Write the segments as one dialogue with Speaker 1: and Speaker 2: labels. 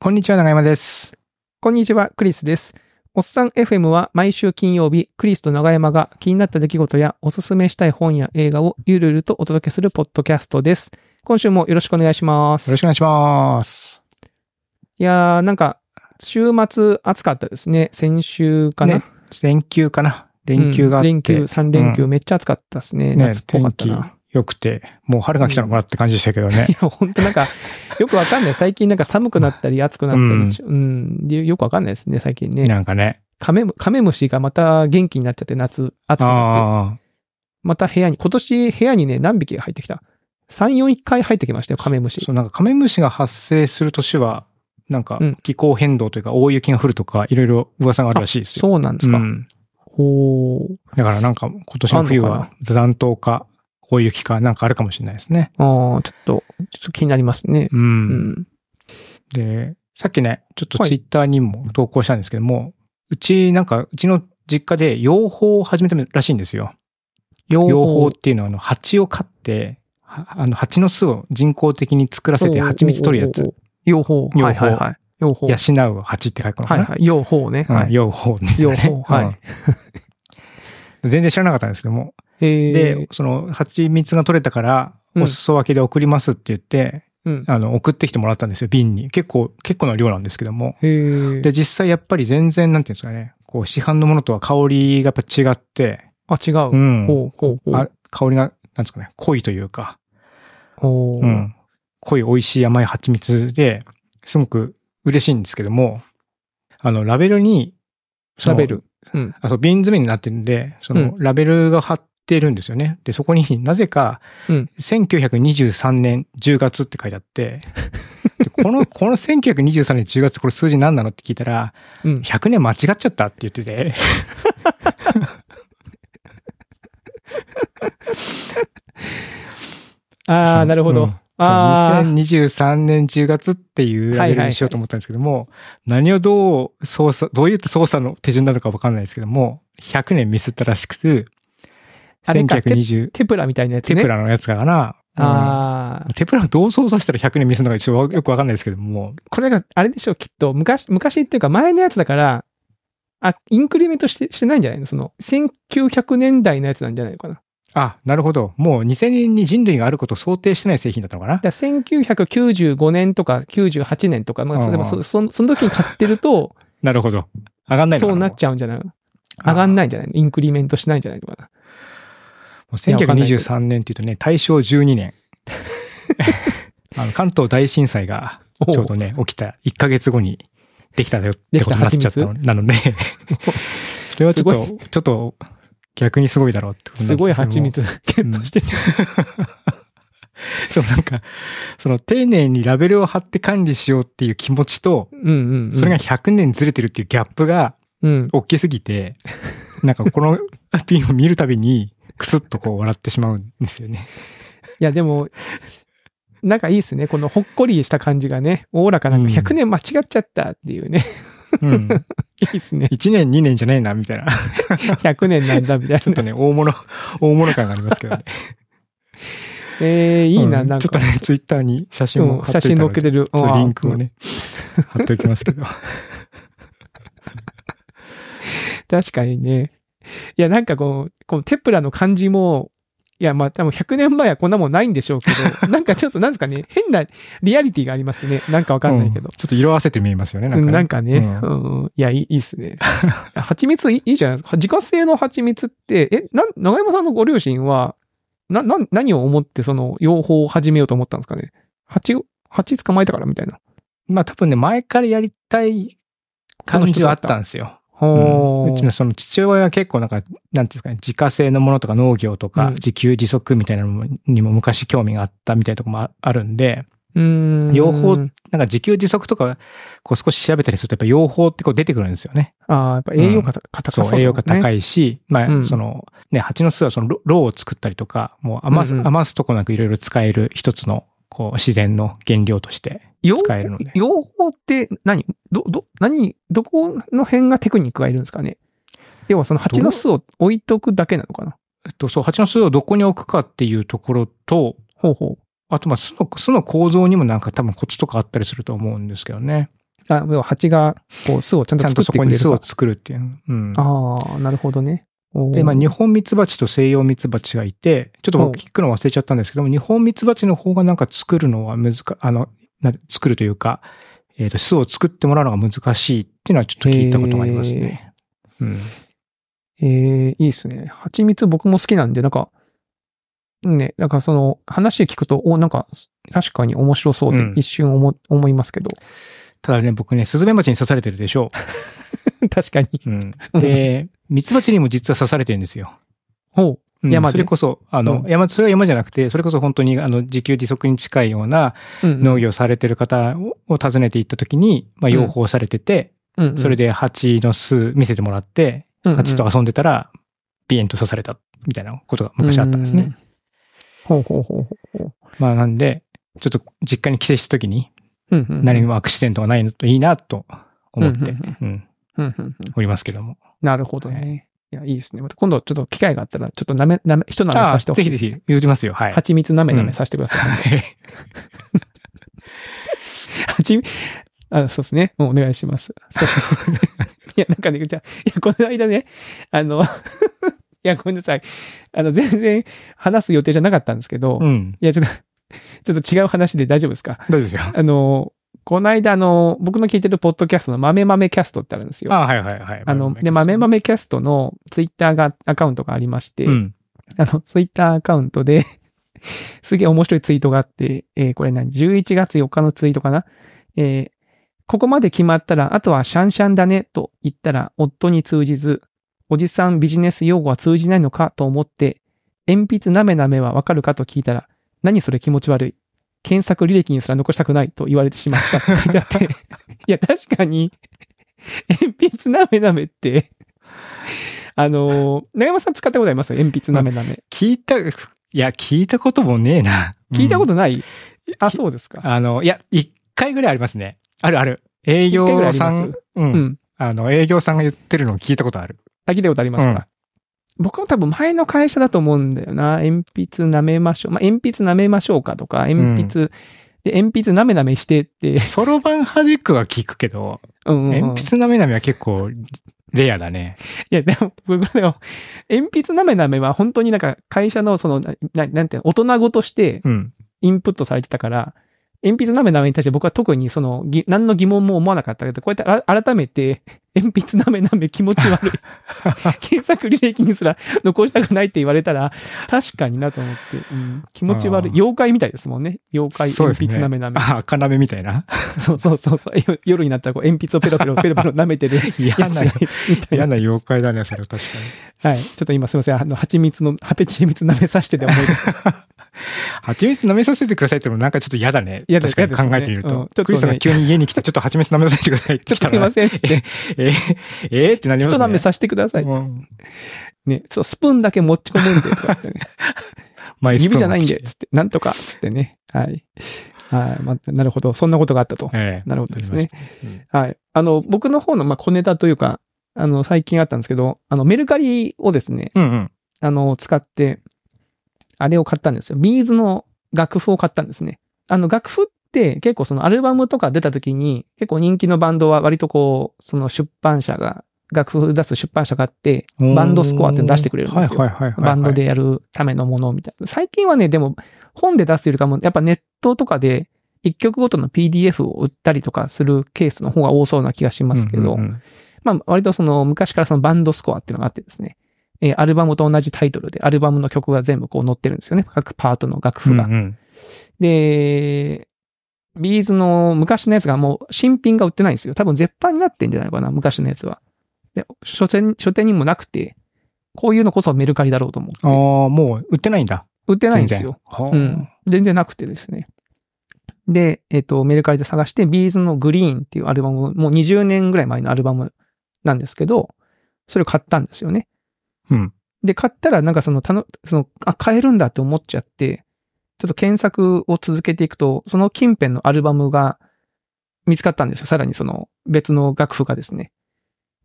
Speaker 1: こんにちは、長山です。
Speaker 2: こんにちは、クリスです。おっさん FM は毎週金曜日、クリスと長山が気になった出来事やおすすめしたい本や映画をゆるゆるとお届けするポッドキャストです。今週もよろしくお願いします。
Speaker 1: よろしくお願いします。
Speaker 2: いやー、なんか、週末暑かったですね。先週かな。
Speaker 1: ね連休かな連休があって、
Speaker 2: うん連休、3連休、
Speaker 1: う
Speaker 2: めっちゃ暑かったです
Speaker 1: ね
Speaker 2: ね。夏っぽかったな。
Speaker 1: 天良くて、もう春が来たのかなって感じでしたけどね
Speaker 2: い。や、本当なんか、よくわかんない。最近なんか寒くなったり暑くなったり、
Speaker 1: うん
Speaker 2: うん、でよくわかんないですね、最近 ね。
Speaker 1: なんかね。
Speaker 2: カメムカメムシがまた元気になっちゃって、夏、暑くなって。
Speaker 1: あ
Speaker 2: また部屋に、今年部屋にね、何匹入ってきた ?3、4回入ってきましたよ、カメム
Speaker 1: あ。
Speaker 2: シ
Speaker 1: そ。う、なんかカメムシが発生する年は、なんか
Speaker 2: うん
Speaker 1: 気候変動というか大雪が降るとか、いろいろ噂があるらしいですよ。
Speaker 2: そうなんですか。
Speaker 1: うん
Speaker 2: ほう。
Speaker 1: だからなんか今年の冬
Speaker 2: あんの
Speaker 1: は暖冬か大雪かなんかあるかもしれないですね。
Speaker 2: ああ、ちょっと、ちょっと気になりますね。
Speaker 1: う。
Speaker 2: うんん。
Speaker 1: で、さっきね、ちょっと
Speaker 2: はい
Speaker 1: ツイッターにも投稿したんですけども、うちなんか、うちの実家で養蜂を始めたらしいんですよ。
Speaker 2: 養
Speaker 1: 養蜂っていうのはあの蜂を飼って、はあの蜂の巣を人工的に作らせて蜂蜜取るやつ。。
Speaker 2: 養
Speaker 1: 養
Speaker 2: 蜂。
Speaker 1: 蜂
Speaker 2: はいはいはい。養蜂。
Speaker 1: 養うは蜂って書くのか
Speaker 2: はい
Speaker 1: な。
Speaker 2: はい。養蜂ね。は
Speaker 1: うん
Speaker 2: い。
Speaker 1: 養蜂みたいな
Speaker 2: 養
Speaker 1: ね
Speaker 2: 蜂。は
Speaker 1: うん
Speaker 2: い。
Speaker 1: 全然知らなかったんですけども。
Speaker 2: えー
Speaker 1: で、、その蜂蜜が取れたから、
Speaker 2: うん
Speaker 1: お裾分けで送りますって言って、
Speaker 2: うん。
Speaker 1: あの、送ってきてもらったんですよ、瓶に。結構、結構な量なんですけども。
Speaker 2: へー
Speaker 1: で、実際やっぱり全然、なんていうんですかね、こう、市販のものとは香りがやっぱ違って、
Speaker 2: あ、違
Speaker 1: う
Speaker 2: う。
Speaker 1: ん。
Speaker 2: ほうほうほ
Speaker 1: あ
Speaker 2: う。
Speaker 1: 香りが、なんですかね、濃いというか、
Speaker 2: ほ
Speaker 1: う
Speaker 2: う。
Speaker 1: ん。濃い美味しい甘い蜂蜜で、すごく嬉しいんですけども、あの、ラベルに、そ
Speaker 2: ラ
Speaker 1: の
Speaker 2: ベル。うん。
Speaker 1: あ、そう、瓶詰めになってるんで、その、ラベルが貼ってるんですよね。で、そこになぜか、
Speaker 2: うん
Speaker 1: 1923年10月って書いてあ って、でこの、この1923年10月、これ数字何なのって聞いたら、
Speaker 2: うん。
Speaker 1: 100年間違っちゃったって言ってて。
Speaker 2: ああ、なるほ
Speaker 1: う
Speaker 2: ど
Speaker 1: ん。
Speaker 2: ああ、
Speaker 1: 2023年10月っていうラベルにしようと思ったんですけども、何をどう操作、どういった操作の手順なのかわかんないですけども、100年ミスったらしくて、
Speaker 2: あれか
Speaker 1: 1920、
Speaker 2: テプラみたいなやつ
Speaker 1: テ
Speaker 2: ね。
Speaker 1: プ。ラのやつからな、うん
Speaker 2: ああ。
Speaker 1: テプラをどう操作したら100年ミスるのかちょっとよくわかんないですけども、
Speaker 2: これがあれでしょう、きっと、昔、昔っていうか前のやつだから、あ、インクリメントして、してないんじゃないのその、1900年代のやつなんじゃないのかな。
Speaker 1: あ、なるほど。もう2000年に人類があることを想定してない製品だったのかな
Speaker 2: だから1995年とか98年とか、まあ、
Speaker 1: うん
Speaker 2: それもそそその時に買ってると、
Speaker 1: なるほど。上がん ないの
Speaker 2: そ
Speaker 1: か
Speaker 2: うなっちゃうんじゃないの上がんないんじゃないのインクリメントしないんじゃないのかな。
Speaker 1: もう1923年っていうとね、大正12年。 あの関東大震災が
Speaker 2: おう
Speaker 1: ちょうどね、起きた1ヶ月後にできたよってことになっちゃったのなの で、それはちょっと、ちょっと逆にすごいだろうってことにな
Speaker 2: す
Speaker 1: るん
Speaker 2: ごい
Speaker 1: ですけど
Speaker 2: 蜂
Speaker 1: も
Speaker 2: 蜜ゲットしてる。
Speaker 1: そうなんか、その丁寧にラベルを貼って管理しようっていう気持ちと、
Speaker 2: うんうん、うん。
Speaker 1: それが、100年ずれてるっていうギャップが
Speaker 2: うん。
Speaker 1: 大きすぎて、なんかこ のピンを見るたびに、クスッとこう笑ってしまうんですよね。
Speaker 2: いや、でも、なんかいいですね。このほっこりした感じがね、おおらかなんか100年間違っちゃったっていうね。
Speaker 1: うん。
Speaker 2: いいですね。
Speaker 1: 1年、2年じゃねえな、み たいな。
Speaker 2: 100年なんだみたいな。
Speaker 1: ちょっとね、大物、大物感がありますけどね。
Speaker 2: えー、 いいな、
Speaker 1: う
Speaker 2: なん
Speaker 1: ちょ
Speaker 2: か
Speaker 1: っと。ね、ツイッターに写真
Speaker 2: う
Speaker 1: を
Speaker 2: ん
Speaker 1: 貼
Speaker 2: 写
Speaker 1: っといた
Speaker 2: 真載
Speaker 1: の
Speaker 2: っけ
Speaker 1: で、
Speaker 2: てる。
Speaker 1: ちょっと
Speaker 2: あー
Speaker 1: リンクを。ね、貼っておきますけど。
Speaker 2: 確かにね。いや、なんかこう、このテプラの感じも、いや、まあ、多分100年前はこんなもんないんでしょうけ ど、なんかちょっと、なんですかね、変なリアリティがありますね。なんかわかんないけ
Speaker 1: う
Speaker 2: ど。
Speaker 1: ちょっと色あせて見えますよね、な
Speaker 2: う
Speaker 1: ん
Speaker 2: ん
Speaker 1: か
Speaker 2: な
Speaker 1: ね
Speaker 2: ん。かね、
Speaker 1: う
Speaker 2: うんいや、いいいいっすね。蜂蜜いいいいじゃないですか。自家製の蜂蜜って、え、なん、長山さんのご両親は、な、な、何を思ってその養蜂を始めようと思ったんですかね。蜂を、蜂捕まえたからみたいな。
Speaker 1: まあ多分ね、前からやりたい感じはあったんですよ。
Speaker 2: ほ
Speaker 1: うんうちのその父親は結構なんか、なんていうんですかね、自家製のものとか農業とか
Speaker 2: うん
Speaker 1: 自給自足みたいなのにも昔興味があったみたいなとこもああるんで、
Speaker 2: うん。
Speaker 1: 養蜂なんか自給自足とか、こう少し調べたりするとやっぱ養蜂ってこう出てくるんですよね。
Speaker 2: ああ、やっぱ栄養価た、高
Speaker 1: そ、
Speaker 2: そうう、
Speaker 1: 栄養が高
Speaker 2: い。
Speaker 1: いし、ま
Speaker 2: う
Speaker 1: あ、
Speaker 2: ん
Speaker 1: その、ね、蜂の巣はその、ろろうを作ったりとか、もう余す、
Speaker 2: うんうん
Speaker 1: 余すとこなくいろいろ使える一つの、こう、自然の原料として
Speaker 2: 養
Speaker 1: 使えるので。
Speaker 2: 養蜂って何ど、ど、何、どこの辺がテクニックがいるんですかね要はその蜂の巣を置いとくだけなのかな
Speaker 1: えっと、そう、蜂の巣をどこに置くかっていうところと、
Speaker 2: ほうほう。
Speaker 1: あと、まあ、巣の、巣の構造にもなんか多分コツとかあったりすると思うんですけどね。
Speaker 2: あ、要は蜂が、こう、巣をちゃん
Speaker 1: ちゃ
Speaker 2: と
Speaker 1: ん
Speaker 2: 作
Speaker 1: と
Speaker 2: っ
Speaker 1: そ
Speaker 2: て
Speaker 1: こ
Speaker 2: くれ
Speaker 1: に
Speaker 2: る
Speaker 1: 巣
Speaker 2: か
Speaker 1: を作るっていう。うん。
Speaker 2: ああ、なるほどね。おー
Speaker 1: で、まあ、日本ミツバチと西洋ミツバチがいて、ちょっと僕聞くの忘れちゃったんですけども、日本ミツバチの方がなんか作るのは難か、あの、な作るというか、えっ、と、巣を作ってもらうのが難しいっていうのはちょっと聞いたことがありますね。うん。
Speaker 2: ええいいっすね。蜂蜜僕も好きなんで、なんか、ね、なんかその話聞くと、お、なんか、確かに面白そうって
Speaker 1: うん
Speaker 2: 一瞬思,、思いま すけど。
Speaker 1: ただね、僕ね、スズメバチに刺されてるでしょ
Speaker 2: 確かに。
Speaker 1: う。 うん。で、ミツバチにも実は刺されてるんですよ。
Speaker 2: おう。
Speaker 1: うん
Speaker 2: 山で
Speaker 1: それこそ、あの、
Speaker 2: うん
Speaker 1: 山、それは山じゃなくて、それこそ本当に、あの、自給自足に近いような
Speaker 2: うん
Speaker 1: 農業されてる方をを訪ねていった時に、まあ、
Speaker 2: うん
Speaker 1: 養蜂されてて、
Speaker 2: うん
Speaker 1: それ、で蜂の巣見せてもらって、
Speaker 2: うん
Speaker 1: 蜂と遊んでたら、ビーンと刺された、みたいなことが昔あったんです。
Speaker 2: う
Speaker 1: ね
Speaker 2: ん。ほうほうほうほうほう。
Speaker 1: まあ、なんで、ちょっと実家に帰省した時に、
Speaker 2: うんうんうん
Speaker 1: 何もアクシデントがないのといいな、と思って、
Speaker 2: うんうん
Speaker 1: うん、
Speaker 2: うんうんうん
Speaker 1: おりますけども。
Speaker 2: なるほどね。いや、いいですね。また今度ちょっと機会があったら、ちょっとなめ、なめ、一舐め
Speaker 1: あ
Speaker 2: させて
Speaker 1: あ
Speaker 2: ほし
Speaker 1: ぜひ
Speaker 2: いで
Speaker 1: ぜ
Speaker 2: すね。
Speaker 1: ひ、言ってますよ。はい。
Speaker 2: 蜂蜜なめなめさせてください。 蜂蜜、あ、そうですね。もうお願いします。そう いや、なんかね、じゃあいや、この間ね、あの、い や、ごめんなさい。あの、全然話す予定じゃなかったんですけ ど、
Speaker 1: う
Speaker 2: い
Speaker 1: ん。
Speaker 2: や、ちょっと、ちょっと違う話で大丈夫ですか
Speaker 1: 大丈夫ですよ。
Speaker 2: あの、この間、あの、僕の聞いてるポッドキャストの豆豆キャストってあるんですよ。
Speaker 1: ああ、はいはいはい。
Speaker 2: あの、で、豆豆キャストのツイッターが、アカウントがありまして、
Speaker 1: うん。
Speaker 2: あの、ツイッターアカウントで、 すげえ面白いツイートがあって、えーこれ何 ?11 月4日のツイートかなえーここまで決まったら、あとはシャンシャンだねと言ったら、夫に通じず、おじさんビジネス用語は通じないのかと思って、鉛筆なめなめはわかるかと聞いたら、何それ気持ち悪い。検索履歴にすら残したくないと言われてしまったって書いてあって、 いや、確かに、鉛筆なめなめって、あのー、長山さん使ったことあります鉛筆なめなめ。
Speaker 1: 聞いた、いや、聞いたこともねえな。、
Speaker 2: 聞いたこととない、あ、そうですか。
Speaker 1: あの、いや、一回ぐらいありますね。あるある。営業
Speaker 2: 一回ぐらいあり
Speaker 1: さ
Speaker 2: ます
Speaker 1: ん、う。
Speaker 2: うんん。
Speaker 1: あの、営業さんが言ってるのを聞いたことある。
Speaker 2: あ、聞いたことありますか、僕も多分前の会社だと思うんだよな。鉛筆舐めましょう。まあ、鉛筆舐めましょうかとか、鉛筆、で、鉛筆舐め舐めしてって、
Speaker 1: そろばんはじくは聞くけど、
Speaker 2: うんうんうん、
Speaker 1: 鉛筆なめなめは結構レアだね。
Speaker 2: いや、でも、僕でも、鉛筆なめなめは本当になんか会社のその、なななんていうの、大人語として
Speaker 1: うん。
Speaker 2: インプットされてたから、鉛筆なめなめに対して僕は特にその、ぎ何の疑問も思わなかったけど、こうやってあら改めて、 鉛筆なめなめ気持ち 悪い。検索履歴にすら残したくないって言われたら、確かになと思って、うん、気持ち悪い。
Speaker 1: あー
Speaker 2: 妖怪みたいですもんね。妖怪、
Speaker 1: そうで
Speaker 2: 鉛
Speaker 1: すね
Speaker 2: 筆なめなめ。
Speaker 1: あ、赤なめみたいな。
Speaker 2: そうそうそうそう。よ夜になったらこう鉛筆をペロペ ロペロペロ舐めてる
Speaker 1: 嫌
Speaker 2: やつ
Speaker 1: な
Speaker 2: がいる、みたいな
Speaker 1: 嫌。な妖怪だね、それは確かに。
Speaker 2: はい。ちょっと今すいません。あの、蜂蜜の、ハペチ蜜舐めさせてて思い 出した。
Speaker 1: 蜂蜜舐めさせてくださいってのもなんかちょっと嫌だね。
Speaker 2: 嫌だ
Speaker 1: 確かに考えてみると。
Speaker 2: 嫌ですねうんちょっとね
Speaker 1: クリスさんが急に家に来て、ちょっと蜂蜜舐めさせてくださいって
Speaker 2: ちょ
Speaker 1: 来
Speaker 2: っと
Speaker 1: た
Speaker 2: すいま
Speaker 1: ら、
Speaker 2: せんっつって。
Speaker 1: えー、えーってなり
Speaker 2: ちょ
Speaker 1: ます
Speaker 2: っと
Speaker 1: ね。
Speaker 2: 舐めさせてください。
Speaker 1: うん
Speaker 2: ね。そう、スプーンだけ持ち込むんで、とか 言ってね。
Speaker 1: マイスプーン
Speaker 2: 指じゃないん
Speaker 1: を切
Speaker 2: で、
Speaker 1: って
Speaker 2: つって。なんとか、つってね。はい。はい。まあ、なるほど。そんなことがあったと。
Speaker 1: ええ
Speaker 2: なるほどです
Speaker 1: あり
Speaker 2: ね。はい。あの、僕の方の、まあ、小ネタというか、あの、最近あったんですけど、あの、メルカリをですね、
Speaker 1: うんうん。
Speaker 2: あの、使って、あれを買ったんですよ。ビーズの楽譜を買ったんですね。あの、楽譜って結構そのアルバムとか出た時に、結構人気のバンドは割とこう、その出版社が、楽譜出す出版社があって、バンドスコアっていうの出してくれるんですよ。
Speaker 1: はいはいはいはい
Speaker 2: バンドで。やるためのものみたいな。最近はね、でも本で出すよりかも、やっぱネットとかで一曲ごとの PDF を売ったりとかするケースの方が多そうな気がしますけど、
Speaker 1: うんうんうん
Speaker 2: まあ割とその昔からそのバンドスコアっていうのがあってですね、えーアルバムと同じタイトルでアルバムの曲が全部こう載ってるんですよね。各パートの楽譜が。
Speaker 1: うんうん
Speaker 2: で、ビーズの昔のやつがもう新品が売ってないんですよ。多分絶版になってんじゃないのかな、昔のやつは。で、書店、書店にもなくて、こういうのこそメルカリだろうと思って
Speaker 1: ああ、。もう売ってないんだ。
Speaker 2: 売って
Speaker 1: 売
Speaker 2: ないんですよ。。
Speaker 1: はあ
Speaker 2: うん。全然なくてですね。で、えっ、と、メルカリで探して、ビーズのグリーンっていうアルバム、もう20年ぐらい前のアルバムなんですけど、それを買ったんですよね。
Speaker 1: うん。
Speaker 2: で、買ったらなんかその、たの、その、あ、買えるんだって思っちゃって、ちょっと検索を続けていくと、その近辺のアルバムが見つかったんですよ。さらにその別の楽譜がですね。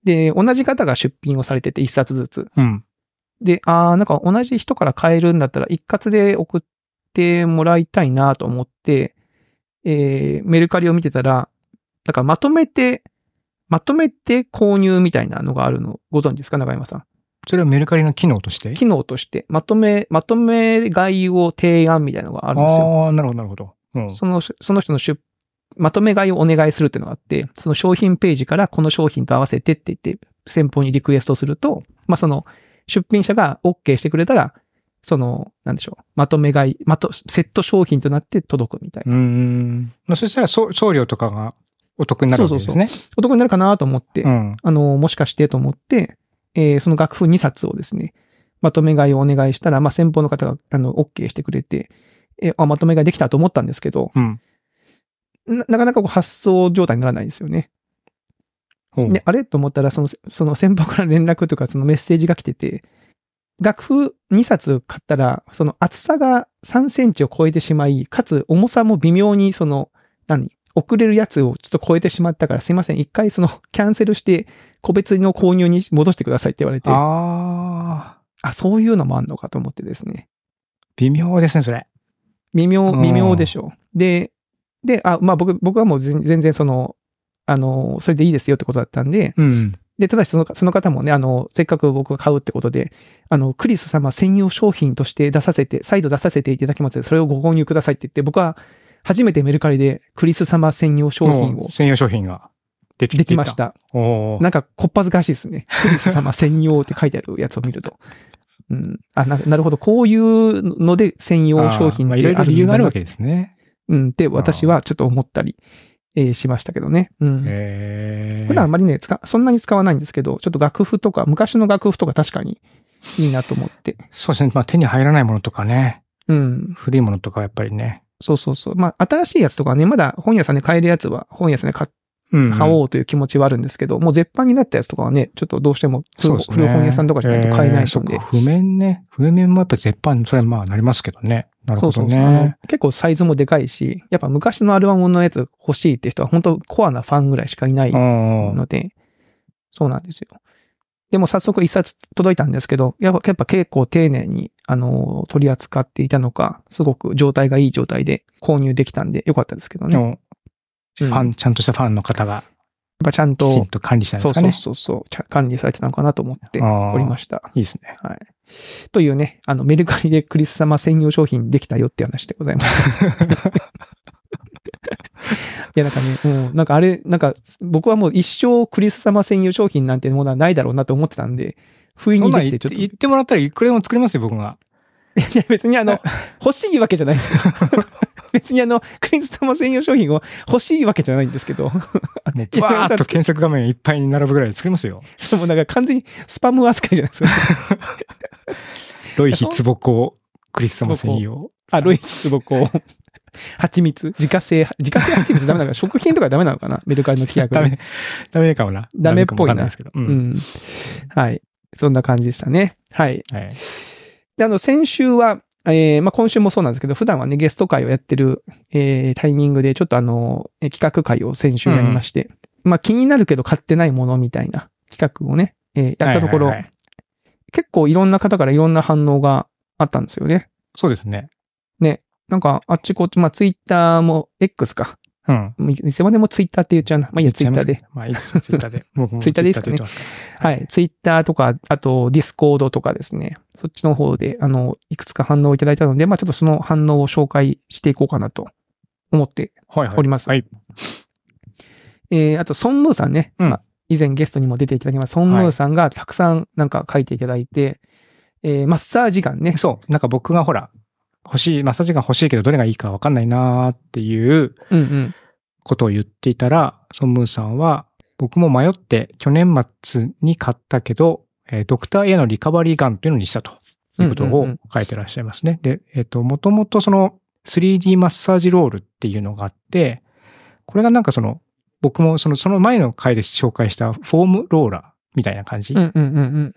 Speaker 2: で、同じ方が出品をされてて、一冊ずつ。
Speaker 1: うん。
Speaker 2: で、あーなんか同じ人から買えるんだったら一括で送ってもらいたいなと思って、えーメルカリを見てたら、だからまとめて、まとめて購入みたいなのがあるのご存知ですか中山さん。
Speaker 1: それはメルカリの機能として
Speaker 2: 機能として、まとめ、まとめ買いを提案みたいなのがあるんですよ。
Speaker 1: ああ、なるほど、なるほど。うん。
Speaker 2: その、その人の出、まとめ買いをお願いするっていうのがあって、その商品ページからこの商品と合わせてって言って、先方にリクエストすると、まあ、その、出品者が OK してくれたら、その、なんでしょう、まとめ買い、まと、セット商品となって届くみたいな。
Speaker 1: うーん。まあ、そしたら送送料とかがお得になるわけですね。
Speaker 2: お得になるかなと思って、
Speaker 1: うん。
Speaker 2: あの、もしかしてと思って、えーその楽譜2冊をですね、まとめ買いをお願いしたら、まあ、先方の方が、あの、OK してくれて、えーあ、まとめ買いできたと思ったんですけど、
Speaker 1: うん。
Speaker 2: ななかなかこう発送状態にならないんですよね。
Speaker 1: ほう
Speaker 2: で、あれと思ったら、その、その先方から連絡とか、そのメッセージが来てて、楽譜2冊買ったら、その厚さが3センチを超えてしまい、かつ重さも微妙に、その、何遅れるやつをちょっと超えてしまったから、すいません、一回その、キャンセルして、個別の購入に戻してくださいって言われて、あ
Speaker 1: ああ、
Speaker 2: そういうのもあんのかと思ってですね。
Speaker 1: 微妙ですね、それ。
Speaker 2: 微妙、
Speaker 1: うん
Speaker 2: 微妙でしょう。で、で、あ、まあ僕、僕はもう全全然その、あの、それでいいですよってことだったんで、
Speaker 1: うん。
Speaker 2: で、ただしそのその方もね、あの、せっかく僕が買うってことで、あの、クリス様専用商品として出させて、再度出させていただきますのでそれをご購入くださいって言って、僕は初めてメルカリでクリス様専用商品
Speaker 1: も
Speaker 2: を
Speaker 1: う専用商品ができ
Speaker 2: できまし。た。
Speaker 1: おおー。
Speaker 2: なんか、こっぱずかしいですね。クリス様専用って書いてあるやつを見ると。うん。あ、ななるほど。こういうので専用商品
Speaker 1: あーまあ
Speaker 2: っ
Speaker 1: いろ
Speaker 2: て
Speaker 1: いろ
Speaker 2: ある
Speaker 1: 理由
Speaker 2: ん
Speaker 1: があ
Speaker 2: だ
Speaker 1: るわ
Speaker 2: な
Speaker 1: けですね。
Speaker 2: うん。って私はちょっと思ったり、えーしましたけどね。うん。
Speaker 1: へえ。
Speaker 2: 普段あまりね、使そんなに使わないんですけど、ちょっと楽譜とか、昔の楽譜とか確かにいいなと思って。
Speaker 1: そうですね。まあ手に入らないものとかね。
Speaker 2: うん。
Speaker 1: 古いものとかはやっぱりね。
Speaker 2: そうそうそう。まあ、新しいやつとかね、まだ本屋さんで買えるやつは、本屋さんで買
Speaker 1: うん
Speaker 2: 買おうという気持ちはあるんですけど、もう絶版になったやつとかはね、ちょっとどうしても
Speaker 1: そ
Speaker 2: 古,、
Speaker 1: うですね。
Speaker 2: 古本屋さんとかじゃないと買えない
Speaker 1: そ
Speaker 2: の
Speaker 1: っ
Speaker 2: で
Speaker 1: か。譜面ね。譜面もやっぱ絶版、それはまあなりますけどね。なるほ
Speaker 2: そうそ
Speaker 1: ど
Speaker 2: うそうあの
Speaker 1: ね。
Speaker 2: 結構サイズもでかいし、やっぱ昔のアルバムのやつ欲しいって人は、本当コアなファンぐらいしかいない
Speaker 1: うん
Speaker 2: ので、そうなんですよ。でも早速一冊届いたんですけど、やっぱやっぱ結構丁寧に、あのー、取り扱っていたのか、すごく状態がいい状態で購入できたんでよかったですけどね。
Speaker 1: で
Speaker 2: やっ
Speaker 1: もファン、ちゃんとしたファンの方が
Speaker 2: ぱちゃん
Speaker 1: きちんと
Speaker 2: と、
Speaker 1: 管理したんで
Speaker 2: そ
Speaker 1: す
Speaker 2: う
Speaker 1: か
Speaker 2: そう
Speaker 1: ね。
Speaker 2: そうそう、ちゃ管理されてたのかなと思っておりました。
Speaker 1: いいですね。
Speaker 2: はい。というね、あの、メルカリでクリス様専用商品できたよっていう話でございま した。いや、なんかね、うん、なんかあれ、なんか、僕はもう一生クリス様専用商品なんてものはないだろうなと思ってたんで、不意
Speaker 1: そん
Speaker 2: に
Speaker 1: なん
Speaker 2: で
Speaker 1: 言
Speaker 2: き、
Speaker 1: って
Speaker 2: ちょ
Speaker 1: て
Speaker 2: っと。
Speaker 1: 言ってもらったらいくらでも作れますよ、僕が。
Speaker 2: いや、別にあの、欲しいわけじゃないですよ。 別にあの、クリス様専用商品を 欲しいわけじゃないんですけど、
Speaker 1: もうバーッと検索画面いっぱいに並ぶぐらいで作れますよ。
Speaker 2: もうなんか完全にスパム扱いじゃないですか。
Speaker 1: ロイヒツボコクリス様専用。
Speaker 2: あ、ロイチボ コ、蜂蜜、自家製、自家製蜂蜜ダメなのか、食品とかダメなのかな、メルカリの規約で
Speaker 1: ダメ、ダメかもな。
Speaker 2: ダメっぽい
Speaker 1: ダメかもわ
Speaker 2: な
Speaker 1: かんいですけど。う。
Speaker 2: うんん。はい。そんな感じでしたね。はい。
Speaker 1: はい。
Speaker 2: で、あの、先週は、えーまあ、今週もそうなんですけど、普段はね、ゲスト会をやってる、えータイミングで、ちょっとあの、えー企画会を先週やりまして、まあ、気になるけど買ってないものみたいな企画をね、えーやったところ、
Speaker 1: はいはいはい
Speaker 2: 結構いろんな方からいろんな反応があったんですよね。
Speaker 1: そうですね。
Speaker 2: なんか、あっちこっち、まあ、ツイッターも X か。
Speaker 1: うん。
Speaker 2: 偽ネもツイッターって言っちゃうな。まあ、いいや、ツイッターで。。
Speaker 1: まあ、いいですよ、ツイッター で。僕も
Speaker 2: ツイッターでいいですか
Speaker 1: ツイ
Speaker 2: ね
Speaker 1: ッターで言ってますから
Speaker 2: はい。ツイッターとか、あと、ディスコードとかですね。そっちの方で、あの、いくつか反応をいただいたので、まあ、ちょっとその反応を紹介していこうかなと思って
Speaker 1: はいはい。
Speaker 2: おります。
Speaker 1: はい。
Speaker 2: えー、あと、ソンムーさんね。
Speaker 1: うん
Speaker 2: まあ、以前ゲストにも出ていただきます。ソンムーさんがたくさんなんか書いていただいて、えー、マッサージガンね。
Speaker 1: そう。なんか僕がほら、欲しい、マッサージが欲しいけど、どれがいいかわかんないなーっていう
Speaker 2: うんうん。
Speaker 1: ことを言っていたら、ソンムーンさんは、僕も迷って去年末に買ったけど、えードクターエアのリカバリーガンっていうのにしたということ
Speaker 2: うんうんう
Speaker 1: を
Speaker 2: ん
Speaker 1: 書いてらっしゃいますね。で、えっ、と、もともとその 3D マッサージロールっていうのがあって、これがなんかその、僕もその、その前の回で紹介したフォームローラーみたいな感じ。
Speaker 2: うんうんうん